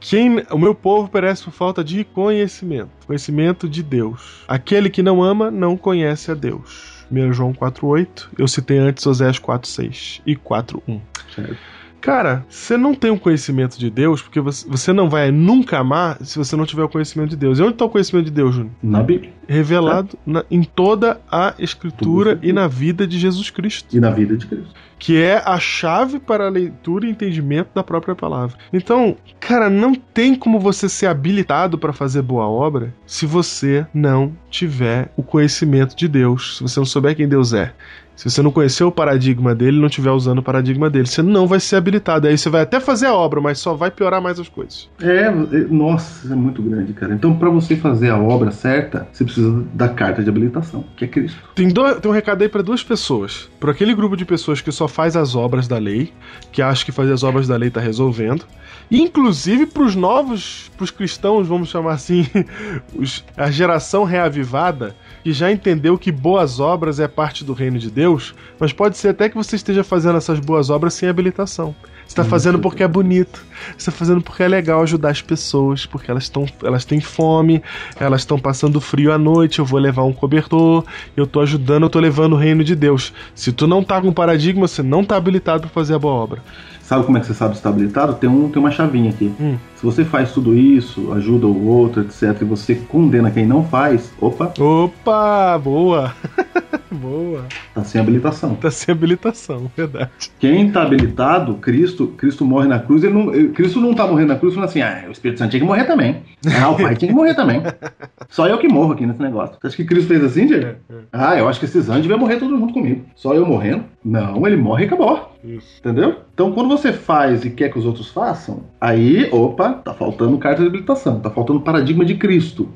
[SPEAKER 3] Quem, o meu povo perece por falta de conhecimento. Conhecimento de Deus. Aquele que não ama não conhece a Deus. 1 João 4,8. Eu citei antes Oséias 4,6 e 4,1.
[SPEAKER 2] Certo.
[SPEAKER 3] Cara, você não tem um conhecimento de Deus, porque você, você não vai nunca amar se você não tiver o conhecimento de Deus. E onde está o conhecimento de Deus, Júnior?
[SPEAKER 2] Na Bíblia.
[SPEAKER 3] revelado na- em toda a escritura
[SPEAKER 2] Tá. Tudo isso.
[SPEAKER 3] e na vida de Jesus Cristo,
[SPEAKER 2] E na vida de Cristo.
[SPEAKER 3] que é a chave para a leitura e entendimento da própria palavra. Então, cara, não tem como você ser habilitado para fazer boa obra se você não tiver o conhecimento de Deus, se você não souber quem Deus é. Se você não conhecer o paradigma dele, não estiver usando o paradigma dele, você não vai ser habilitado. Aí você vai até fazer a obra, mas só vai piorar mais as coisas.
[SPEAKER 2] É, é, nossa, isso é muito grande, cara. Então, pra você fazer a obra certa, você precisa da carta de habilitação, que é Cristo.
[SPEAKER 3] Tem, dois- tem um recado aí pra duas pessoas. Pra aquele grupo de pessoas que só faz as obras da lei, que acha que fazer as obras da lei tá resolvendo. E, inclusive pros novos, pros cristãos, vamos chamar assim, os- a geração reavivada, que já entendeu que boas obras é parte do reino de Deus, mas pode ser até que você esteja fazendo essas boas obras sem habilitação. Você tá fazendo porque é bonito, você tá fazendo porque é legal ajudar as pessoas, porque elas, tão, elas têm fome, elas estão passando frio à noite, eu vou levar um cobertor, eu tô ajudando, eu tô levando o reino de Deus. Se tu não tá com paradigma, você não tá habilitado para fazer a boa obra.
[SPEAKER 2] Sabe como é que você sabe se está habilitado? Tem, um, tem uma chavinha aqui.
[SPEAKER 3] Hum.
[SPEAKER 2] Se você faz tudo isso, ajuda o outro, etc., e você condena quem não faz, opa,
[SPEAKER 3] Opa, boa. boa.
[SPEAKER 2] tá sem habilitação.
[SPEAKER 3] Tá sem habilitação, verdade.
[SPEAKER 2] Quem tá habilitado, Cristo, Cristo morre na cruz, ele não, ele- Cristo não tá morrendo na cruz falando assim, ah, o Espírito Santo tinha que morrer também. Ah, o Pai tinha que morrer também. Só eu que morro aqui nesse negócio. Você acha que Cristo fez assim, Diego? Ah, eu acho que esses anjos devia morrer todo mundo comigo. Só eu morrendo? Não, ele morre e acabou.
[SPEAKER 3] Isso.
[SPEAKER 2] Entendeu? Então quando você faz e quer que os outros façam, aí, opa, tá faltando carta de habilitação, tá faltando paradigma de Cristo.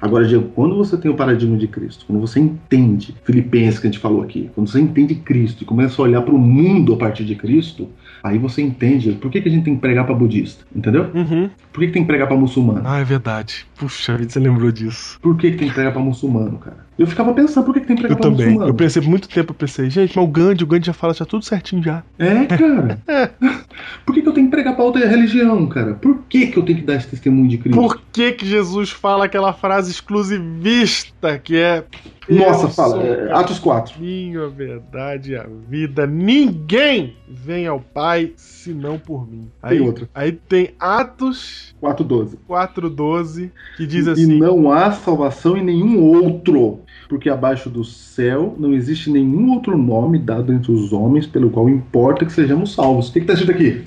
[SPEAKER 2] Agora, Diego, quando você tem o paradigma de Cristo, quando você entende Filipenses que a gente falou aqui, quando você entende Cristo e começa a olhar para o mundo a partir de Cristo, aí você entende por que, que a gente tem que pregar para budista, entendeu?
[SPEAKER 3] Uhum.
[SPEAKER 2] Por que, que tem que pregar para muçulmano?
[SPEAKER 3] Ah, é verdade. Puxa vida, você lembrou disso.
[SPEAKER 2] Por que, que tem que pregar para muçulmano, cara? Eu ficava pensando por que, que tem que
[SPEAKER 3] Eu
[SPEAKER 2] pregar para
[SPEAKER 3] também. Eu
[SPEAKER 2] muçulmano.
[SPEAKER 3] pensei por muito tempo, eu pensei, gente, mas o Gandhi, o Gandhi já fala já tudo certinho já.
[SPEAKER 2] É, cara. por que, que eu tenho que pregar para outra religião, cara? Por que, que eu tenho que dar esse testemunho de Cristo?
[SPEAKER 3] Por que que Jesus fala aquela frase exclusivista que é
[SPEAKER 2] Nossa,
[SPEAKER 3] "Eu
[SPEAKER 2] fala.
[SPEAKER 3] sou
[SPEAKER 2] é,
[SPEAKER 3] o
[SPEAKER 2] Atos 4.
[SPEAKER 3] caminho, a verdade e a vida. Ninguém vem ao Pai senão por mim. Aí,
[SPEAKER 2] Tem outro.
[SPEAKER 3] aí tem Atos
[SPEAKER 2] 4,12.
[SPEAKER 3] 4:12 que diz
[SPEAKER 2] E
[SPEAKER 3] assim:
[SPEAKER 2] não há salvação em nenhum outro, porque abaixo do céu não existe nenhum outro nome dado entre os homens pelo qual importa que sejamos salvos. O que, que tá escrito aqui?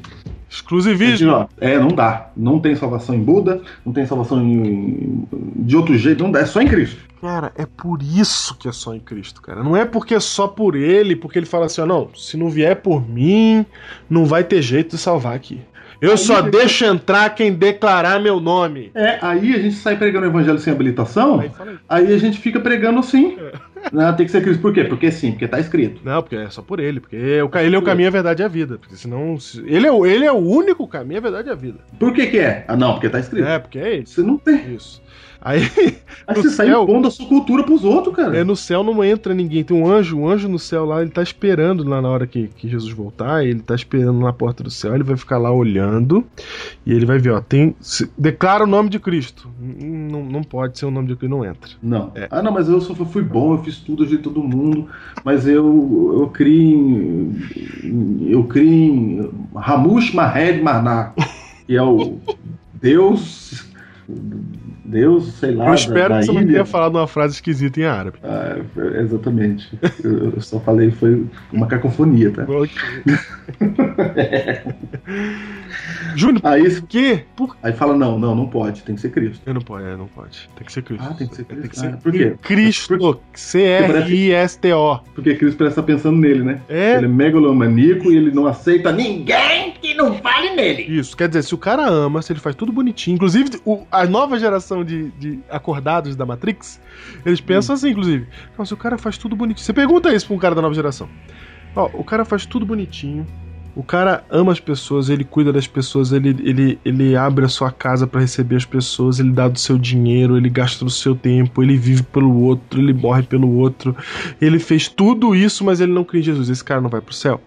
[SPEAKER 3] exclusivismo.
[SPEAKER 2] Ó, É, não dá. Não tem salvação em Buda, não tem salvação em- de outro jeito, não dá. É só em Cristo.
[SPEAKER 3] Cara, é por isso que é só em Cristo, cara. Não é porque é só por ele, porque ele fala assim, ó, não, se não vier por mim, não vai ter jeito de salvar aqui. Eu só deixo entrar quem declarar meu nome.
[SPEAKER 2] É, aí a gente sai pregando o evangelho sem habilitação,
[SPEAKER 3] Aí fala aí.
[SPEAKER 2] aí a gente fica pregando assim.
[SPEAKER 3] É.
[SPEAKER 2] Não, tem que ser Cristo. Por quê? Porque sim, porque tá escrito.
[SPEAKER 3] Não, porque é só por ele, porque o ca- ele é o caminho, a verdade e a vida. Porque senão. se- Ele é, o- ele é o único caminho, a verdade e a vida.
[SPEAKER 2] Por que que é? Ah, não, porque tá escrito.
[SPEAKER 3] É, porque é isso.
[SPEAKER 2] Você não tem.
[SPEAKER 3] Isso. Aí,
[SPEAKER 2] Aí
[SPEAKER 3] No
[SPEAKER 2] você sai
[SPEAKER 3] céu-
[SPEAKER 2] impondo a sua cultura pros outros, cara.
[SPEAKER 3] é, no céu não entra ninguém. Tem um anjo, um anjo no céu lá, ele tá esperando lá na hora que, que Jesus voltar, ele tá esperando na porta do céu, ele vai ficar lá olhando e ele vai ver, ó, tem. se- declara o nome de Cristo. Hum, Não, não pode ser o nome de Cristo, não entra.
[SPEAKER 2] Não.
[SPEAKER 3] É.
[SPEAKER 2] Ah, não, mas eu só fui bom, eu fiz tudo, ajudei todo mundo, mas eu, eu criei. em- Eu criei em Ramush Mahed Maná, que é o Deus. Deus, sei lá.
[SPEAKER 3] Eu
[SPEAKER 2] da-
[SPEAKER 3] espero
[SPEAKER 2] da
[SPEAKER 3] que você não
[SPEAKER 2] ilha.
[SPEAKER 3] tenha falado uma frase esquisita em árabe.
[SPEAKER 2] Ah, exatamente. Eu, eu só falei, foi uma cacofonia,
[SPEAKER 3] É.
[SPEAKER 2] tá?
[SPEAKER 3] Júnior,
[SPEAKER 2] Aí,
[SPEAKER 3] por quê? Por
[SPEAKER 2] aí fala: não, não, não pode, tem que ser Cristo.
[SPEAKER 3] Eu não pode, é, não pode. Tem que ser Cristo.
[SPEAKER 2] Ah, tem que ser Cristo. é. Ah, por quê?
[SPEAKER 3] Cristo. Cristo. C-R-I-S-T-O.
[SPEAKER 2] Porque Cristo parece estar pensando nele, né?
[SPEAKER 3] É.
[SPEAKER 2] Ele é megalomaníaco e ele não aceita ninguém que não fale nele.
[SPEAKER 3] Isso, quer dizer, se o cara ama, se ele faz tudo bonitinho, inclusive o- a nova geração de, de acordados da Matrix, eles pensam assim, inclusive. Não, se o cara faz tudo bonitinho. Você pergunta isso pra um cara da nova geração. Ó, o cara faz tudo bonitinho. O cara ama as pessoas, ele cuida das pessoas, ele, ele, ele abre a sua casa pra receber as pessoas, ele dá do seu dinheiro, ele gasta do seu tempo, ele vive pelo outro, ele morre pelo outro. Ele fez tudo isso, mas ele não crê em Jesus. Esse cara não vai pro céu?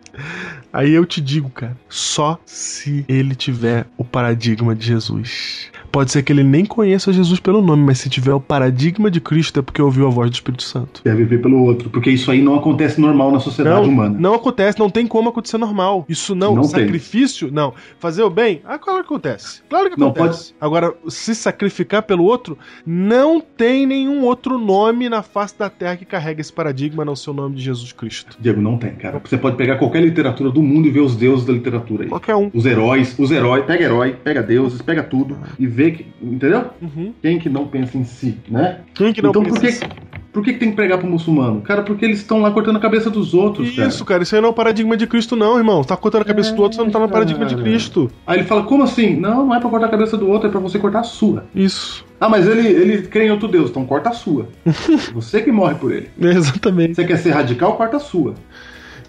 [SPEAKER 3] Aí eu te digo, cara, só se ele tiver o paradigma de Jesus. Pode ser que ele nem conheça Jesus pelo nome, mas se tiver o paradigma de Cristo é porque ouviu a voz do Espírito Santo.
[SPEAKER 2] Quer viver pelo outro, porque isso aí não acontece normal na sociedade
[SPEAKER 3] Não,
[SPEAKER 2] humana.
[SPEAKER 3] não acontece, não tem como acontecer normal. Isso não,
[SPEAKER 2] Não tem.
[SPEAKER 3] sacrifício, não. Fazer o bem, ah, claro que acontece. Claro que
[SPEAKER 2] Não,
[SPEAKER 3] acontece. Agora, se sacrificar pelo outro, não tem nenhum outro nome na face da terra que carrega esse paradigma, a não ser o nome de Jesus Cristo.
[SPEAKER 2] Diego, não tem, cara. Você pode pegar qualquer literatura do mundo e ver os deuses da literatura aí.
[SPEAKER 3] Qualquer um.
[SPEAKER 2] Os heróis, os heróis, pega herói, pega deuses, pega tudo e vê que. Entendeu?
[SPEAKER 3] Uhum.
[SPEAKER 2] Quem que não pensa em si, né?
[SPEAKER 3] Quem que não
[SPEAKER 2] então
[SPEAKER 3] pensa
[SPEAKER 2] por, que,
[SPEAKER 3] assim?
[SPEAKER 2] por que, que tem que pregar pro muçulmano? Cara, porque eles estão lá cortando a cabeça dos outros, cara.
[SPEAKER 3] Isso, cara, isso aí não é o paradigma de Cristo, não, irmão. Tá cortando a cabeça do outro, você não tá no paradigma de
[SPEAKER 2] cara.
[SPEAKER 3] Cristo.
[SPEAKER 2] Aí ele fala, como assim? Não, não é pra cortar a cabeça do outro, é pra você cortar a sua.
[SPEAKER 3] Isso.
[SPEAKER 2] Ah, mas ele, ele crê em outro Deus, então corta a sua. você que morre por ele.
[SPEAKER 3] Exatamente.
[SPEAKER 2] Você quer ser radical, corta a sua.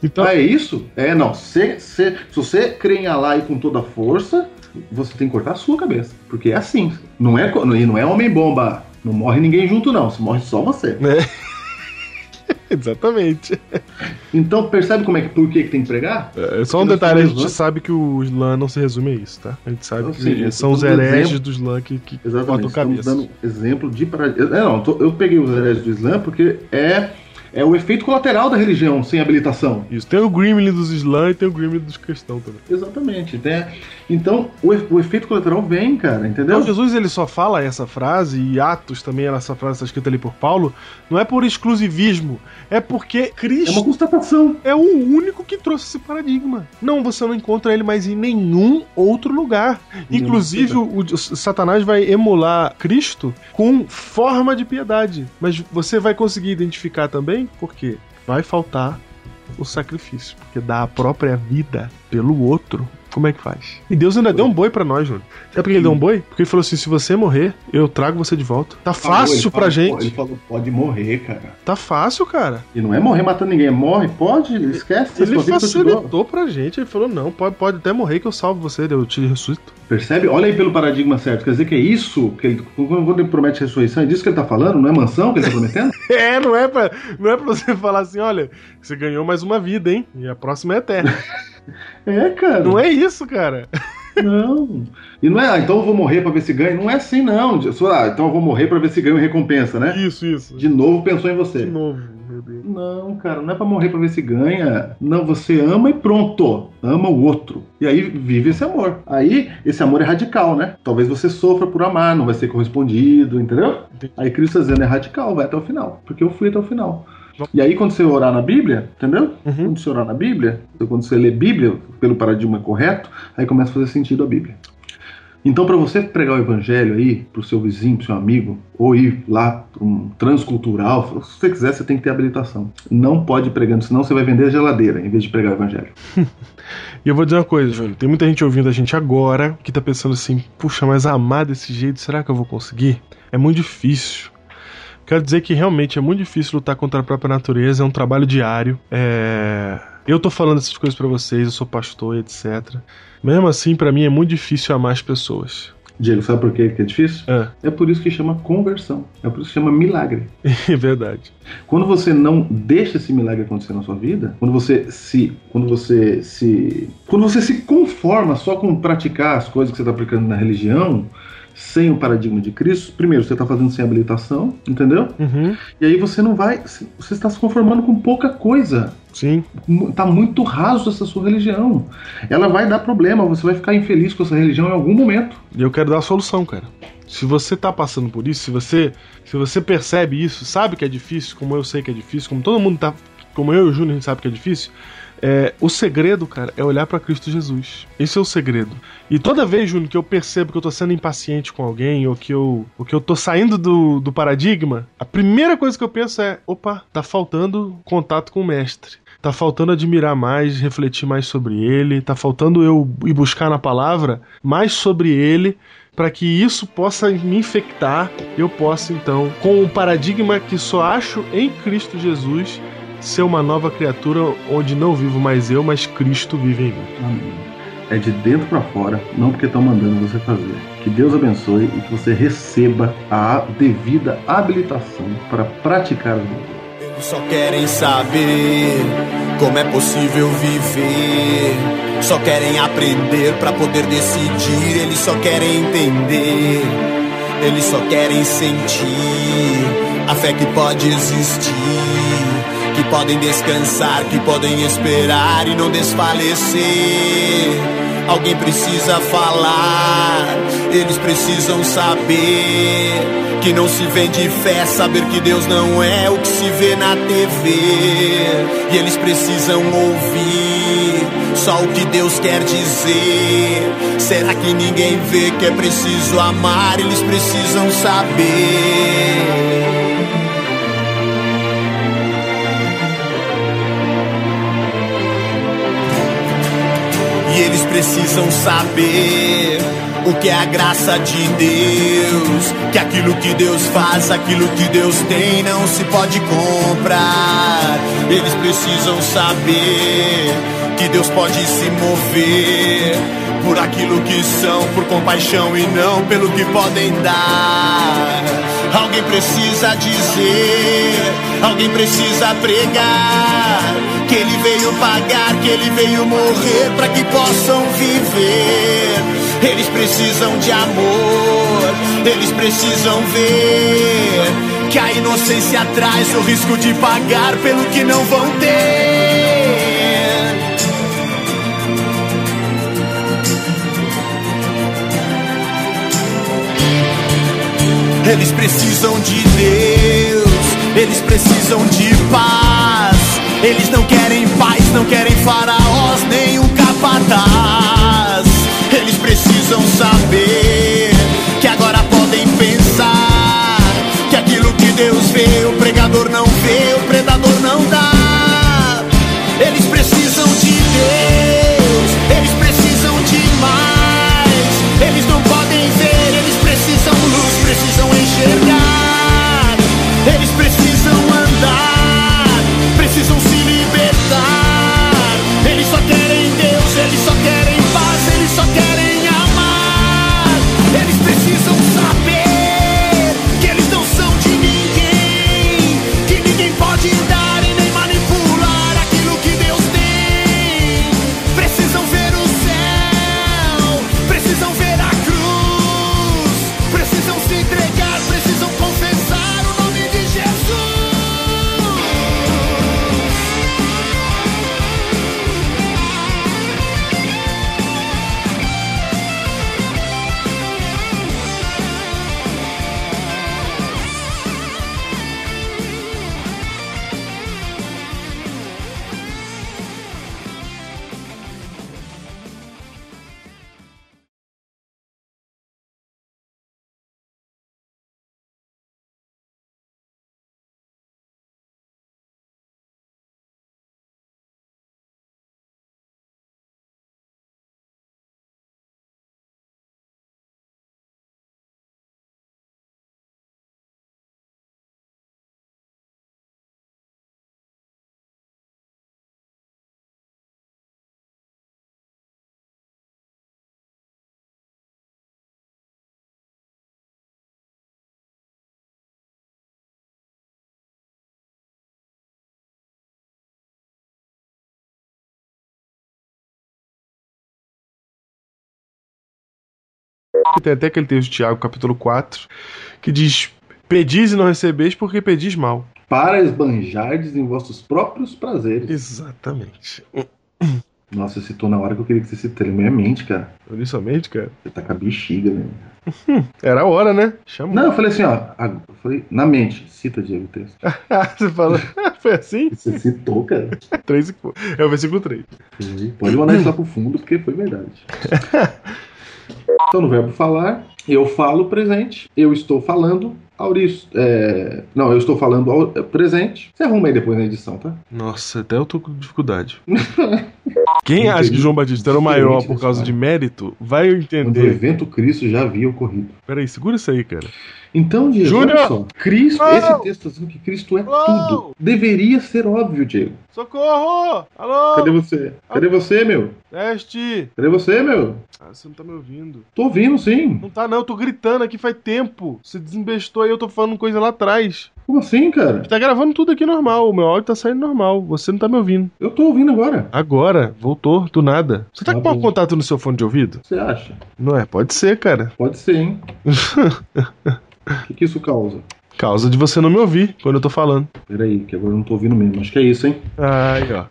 [SPEAKER 3] Então,
[SPEAKER 2] Ah, é isso? É, não. Se, se, se você crê em Alá e com toda a força, você tem que cortar a sua cabeça. Porque é assim. Não é, co- e não é homem-bomba. Não morre ninguém junto, não. Se morre só você.
[SPEAKER 3] né? exatamente.
[SPEAKER 2] Então, percebe como é que, por que, que tem que pregar?
[SPEAKER 3] É, só um
[SPEAKER 2] Porque
[SPEAKER 3] detalhe, a
[SPEAKER 2] nós somos
[SPEAKER 3] gente
[SPEAKER 2] islãs.
[SPEAKER 3] sabe que o Islã não se resume a isso, tá? A gente sabe
[SPEAKER 2] Ou
[SPEAKER 3] que
[SPEAKER 2] seja,
[SPEAKER 3] são
[SPEAKER 2] eu
[SPEAKER 3] os
[SPEAKER 2] tô dando
[SPEAKER 3] hereges
[SPEAKER 2] exemplo.
[SPEAKER 3] do Islã que, que cortam
[SPEAKER 2] Exatamente. Estamos
[SPEAKER 3] cabeça.
[SPEAKER 2] dando exemplo de paradigma. É, não, eu tô- eu peguei os hereges do Islã porque é, É o efeito colateral da religião sem habilitação.
[SPEAKER 3] Isso. Tem o Gremlin dos Islã e tem o Gremlin dos cristãos também.
[SPEAKER 2] Exatamente. Né? Então, o, e- o efeito colateral vem, cara, entendeu?
[SPEAKER 3] Então, Jesus ele só fala essa frase, e Atos também era essa frase tá escrita ali por Paulo, não é por exclusivismo, é porque
[SPEAKER 2] É uma
[SPEAKER 3] Cristo
[SPEAKER 2] constatação.
[SPEAKER 3] é, o único que trouxe esse paradigma. Não, você não encontra ele mais em nenhum outro lugar. Inclusive, o, o Satanás vai emular Cristo com forma de piedade. Mas você vai conseguir identificar também porque vai faltar o sacrifício, porque dá a própria vida pelo outro. Como é que faz? E Deus ainda deu um boi pra nós, Júnior. Sabe por que ele deu um boi? Porque ele falou assim: se você morrer, eu trago você de volta. Tá fácil
[SPEAKER 2] Ele
[SPEAKER 3] pra
[SPEAKER 2] falou,
[SPEAKER 3] gente.
[SPEAKER 2] Ele falou, pode morrer, cara.
[SPEAKER 3] Tá fácil, cara.
[SPEAKER 2] E não é morrer matando ninguém, é morre, pode, esquece.
[SPEAKER 3] Ele
[SPEAKER 2] sua vida continua.
[SPEAKER 3] facilitou pra gente, ele falou: não, pode, pode até morrer que eu salvo você, eu te ressuscito.
[SPEAKER 2] Percebe? Olha aí pelo paradigma certo. Quer dizer que é isso que ele. Quando ele promete ressurreição, é disso que ele tá falando? Não é mansão que ele tá prometendo?
[SPEAKER 3] É, não é, pra, não é pra você falar assim: olha, você ganhou mais uma vida, hein? E a próxima é eterna.
[SPEAKER 2] é, cara.
[SPEAKER 3] não é isso, cara.
[SPEAKER 2] Não. E não é, ah, então eu vou morrer pra ver se ganho. Não é assim, não. Só, ah, então eu vou morrer pra ver se ganho recompensa, né?
[SPEAKER 3] Isso, isso.
[SPEAKER 2] De novo pensou em
[SPEAKER 3] De
[SPEAKER 2] você.
[SPEAKER 3] novo, meu Deus.
[SPEAKER 2] Não, cara, não é pra morrer pra ver se ganha. Não, você ama e pronto. Ama o outro. E aí vive esse amor. Aí esse amor é radical, né? Talvez você sofra por amar, não vai ser correspondido, entendeu?
[SPEAKER 3] Entendi.
[SPEAKER 2] Aí Cristo tá dizendo é radical, vai até o final. Porque eu fui até o final. E aí quando você orar na Bíblia, entendeu?
[SPEAKER 3] Uhum.
[SPEAKER 2] Quando você orar na Bíblia, quando você lê Bíblia pelo paradigma correto, aí começa a fazer sentido a Bíblia. Então, para você pregar o evangelho aí, pro seu vizinho, pro seu amigo, ou ir lá pra um transcultural, se você quiser, você tem que ter habilitação. Não pode ir pregando, senão você vai vender a geladeira em vez de pregar o evangelho.
[SPEAKER 3] E eu vou dizer uma coisa, Júlio. Tem muita gente ouvindo a gente agora que tá pensando assim: puxa, mas amar desse jeito, será que eu vou conseguir? É muito difícil. Quero dizer que realmente é muito difícil lutar contra a própria natureza, é um trabalho diário. É... Eu tô falando essas coisas pra vocês, eu sou pastor, etc. Mesmo assim, pra mim é muito difícil amar as pessoas.
[SPEAKER 2] Diego, sabe por quê que é difícil?
[SPEAKER 3] É,
[SPEAKER 2] É por isso que chama conversão. É por isso que chama milagre.
[SPEAKER 3] é verdade.
[SPEAKER 2] Quando você não deixa esse milagre acontecer na sua vida, quando você se, quando você se, quando você se conforma só com praticar as coisas que você está aplicando na religião, sem o paradigma de Cristo, primeiro você está fazendo sem habilitação, entendeu?
[SPEAKER 3] Uhum.
[SPEAKER 2] E aí você não vai, você está se conformando com pouca coisa.
[SPEAKER 3] Sim.
[SPEAKER 2] Mu- Tá muito raso essa sua religião. Ela vai dar problema, você vai ficar infeliz com essa religião em algum momento.
[SPEAKER 3] E eu quero dar a solução, cara. Se você tá passando por isso, se você, se você percebe isso, sabe que é difícil, como eu sei que é difícil, como todo mundo tá. Como eu e o Júnior, a gente sabe que é difícil. é, o segredo, cara, é olhar pra Cristo Jesus. Esse é o segredo. E toda vez, Júnior, que eu percebo que eu tô sendo impaciente com alguém, ou que eu, ou que eu tô saindo do, do paradigma, a primeira coisa que eu penso é: opa, tá faltando contato com o mestre. Tá faltando admirar mais, refletir mais sobre ele, tá faltando eu ir buscar na palavra mais sobre ele, para que isso possa me infectar, eu possa então, com o paradigma que só acho em Cristo Jesus, ser uma nova criatura onde não vivo mais eu, mas Cristo vive em mim.
[SPEAKER 2] É de dentro pra fora, não porque estão mandando você fazer. Que Deus abençoe e que você receba a devida habilitação para praticar o mundo.
[SPEAKER 7] Só querem saber como é possível viver. Só querem aprender pra poder decidir. Eles só querem entender. Eles só querem sentir a fé que pode existir. Que podem descansar, que podem esperar e não desfalecer. Alguém precisa falar, eles precisam saber que não se vende fé, saber que Deus não é o que se vê na TV. E eles precisam ouvir só o que Deus quer dizer. Será que ninguém vê que é preciso amar? Eles precisam saber. E eles precisam saber o que é a graça de Deus. Que aquilo que Deus faz, aquilo que Deus tem, não se pode comprar. Eles precisam saber que Deus pode se mover por aquilo que são, por compaixão e não pelo que podem dar. Alguém precisa dizer, alguém precisa pregar que ele veio pagar, que ele veio morrer para que possam viver. Eles precisam de amor, eles precisam ver Que a inocência traz o risco de pagar pelo que não vão ter. Eles precisam de Deus, eles precisam de paz. Eles não querem paz, não querem faraós, nem um capataz. Eles precisam saber que agora podem pensar que aquilo que Deus vê, o pregador não vê, o predador não dá. Eles precisam de Deus, eles precisam de mais. Eles não podem ver, eles precisam luz, precisam enxergar. Eles precisam andar, precisam se libertar. Eles só querem Deus, eles só querem paz, eles só querem amar. Eles precisam saber que eles não são de ninguém, que ninguém pode dar e nem manipular aquilo que Deus tem. Precisam ver o céu, precisam ver a cruz, precisam se entregar, precisam confessar o nome de Jesus.
[SPEAKER 3] Tem até aquele texto de Tiago, capítulo 4, que diz: Pedis e não recebeis porque pedis mal.
[SPEAKER 2] Para esbanjardes em vossos próprios prazeres.
[SPEAKER 3] Exatamente. Hum.
[SPEAKER 2] Nossa, você citou na hora que eu queria que você se tremente, cara.
[SPEAKER 3] Inicialmente, cara.
[SPEAKER 2] Você tá com a bexiga, né?
[SPEAKER 3] Era a hora, né? Chamou.
[SPEAKER 2] Não, eu falei assim, ó. ag- Eu falei, na mente, cita Diego o texto.
[SPEAKER 3] Ah, Você falou. Foi assim?
[SPEAKER 2] Você citou, cara.
[SPEAKER 3] 3 e 4. É o versículo 3.
[SPEAKER 2] Foi. Pode mandar isso lá pro fundo, porque foi verdade. Então, no verbo falar, eu falo presente, eu estou falando, Auris. é, não, eu estou falando ao- é, presente. Você arruma aí depois na edição, tá?
[SPEAKER 3] Nossa, até eu tô com dificuldade. Quem acha que
[SPEAKER 2] Entendi.
[SPEAKER 3] João Batista era o maior por
[SPEAKER 2] Diferente
[SPEAKER 3] causa
[SPEAKER 2] dessa
[SPEAKER 3] de mérito, vai
[SPEAKER 2] Quando o
[SPEAKER 3] entender.
[SPEAKER 2] evento Cristo já havia ocorrido.
[SPEAKER 3] Peraí, segura isso aí, cara.
[SPEAKER 2] Então, Diego,
[SPEAKER 3] Júnior!
[SPEAKER 2] olha só. Cristo,
[SPEAKER 3] Não!
[SPEAKER 2] esse texto assim, que Cristo é
[SPEAKER 3] Não!
[SPEAKER 2] tudo. Deveria ser óbvio, Diego.
[SPEAKER 3] Socorro! Alô!
[SPEAKER 2] Cadê você? Cadê você, meu?
[SPEAKER 3] Teste!
[SPEAKER 2] Cadê você, meu?
[SPEAKER 3] Ah, você não tá me ouvindo.
[SPEAKER 2] Tô ouvindo, sim.
[SPEAKER 3] Não tá, não. Eu tô gritando aqui faz tempo. Você desembestou aí, eu tô falando coisa lá atrás.
[SPEAKER 2] Como assim, cara?
[SPEAKER 3] Tá gravando tudo aqui normal. O meu áudio tá saindo normal. Você não tá me ouvindo.
[SPEAKER 2] Eu tô ouvindo agora.
[SPEAKER 3] Agora, voltou, do nada. Você tá
[SPEAKER 2] Tá
[SPEAKER 3] com mau
[SPEAKER 2] bom.
[SPEAKER 3] contato no seu fone de ouvido?
[SPEAKER 2] O que você acha?
[SPEAKER 3] Não é? Pode ser, cara.
[SPEAKER 2] Pode ser, hein? O que, que isso causa?
[SPEAKER 3] Causa de você não me ouvir quando eu tô falando.
[SPEAKER 2] Peraí, que agora eu não tô ouvindo mesmo. Acho que é isso, hein?
[SPEAKER 3] Ai, ó.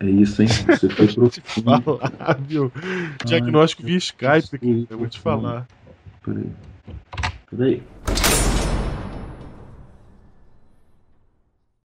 [SPEAKER 2] É isso, hein? Você foi profundo.
[SPEAKER 3] Falável. Diagnóstico via Skype aqui. Eu vou te falar.
[SPEAKER 2] Peraí. Peraí.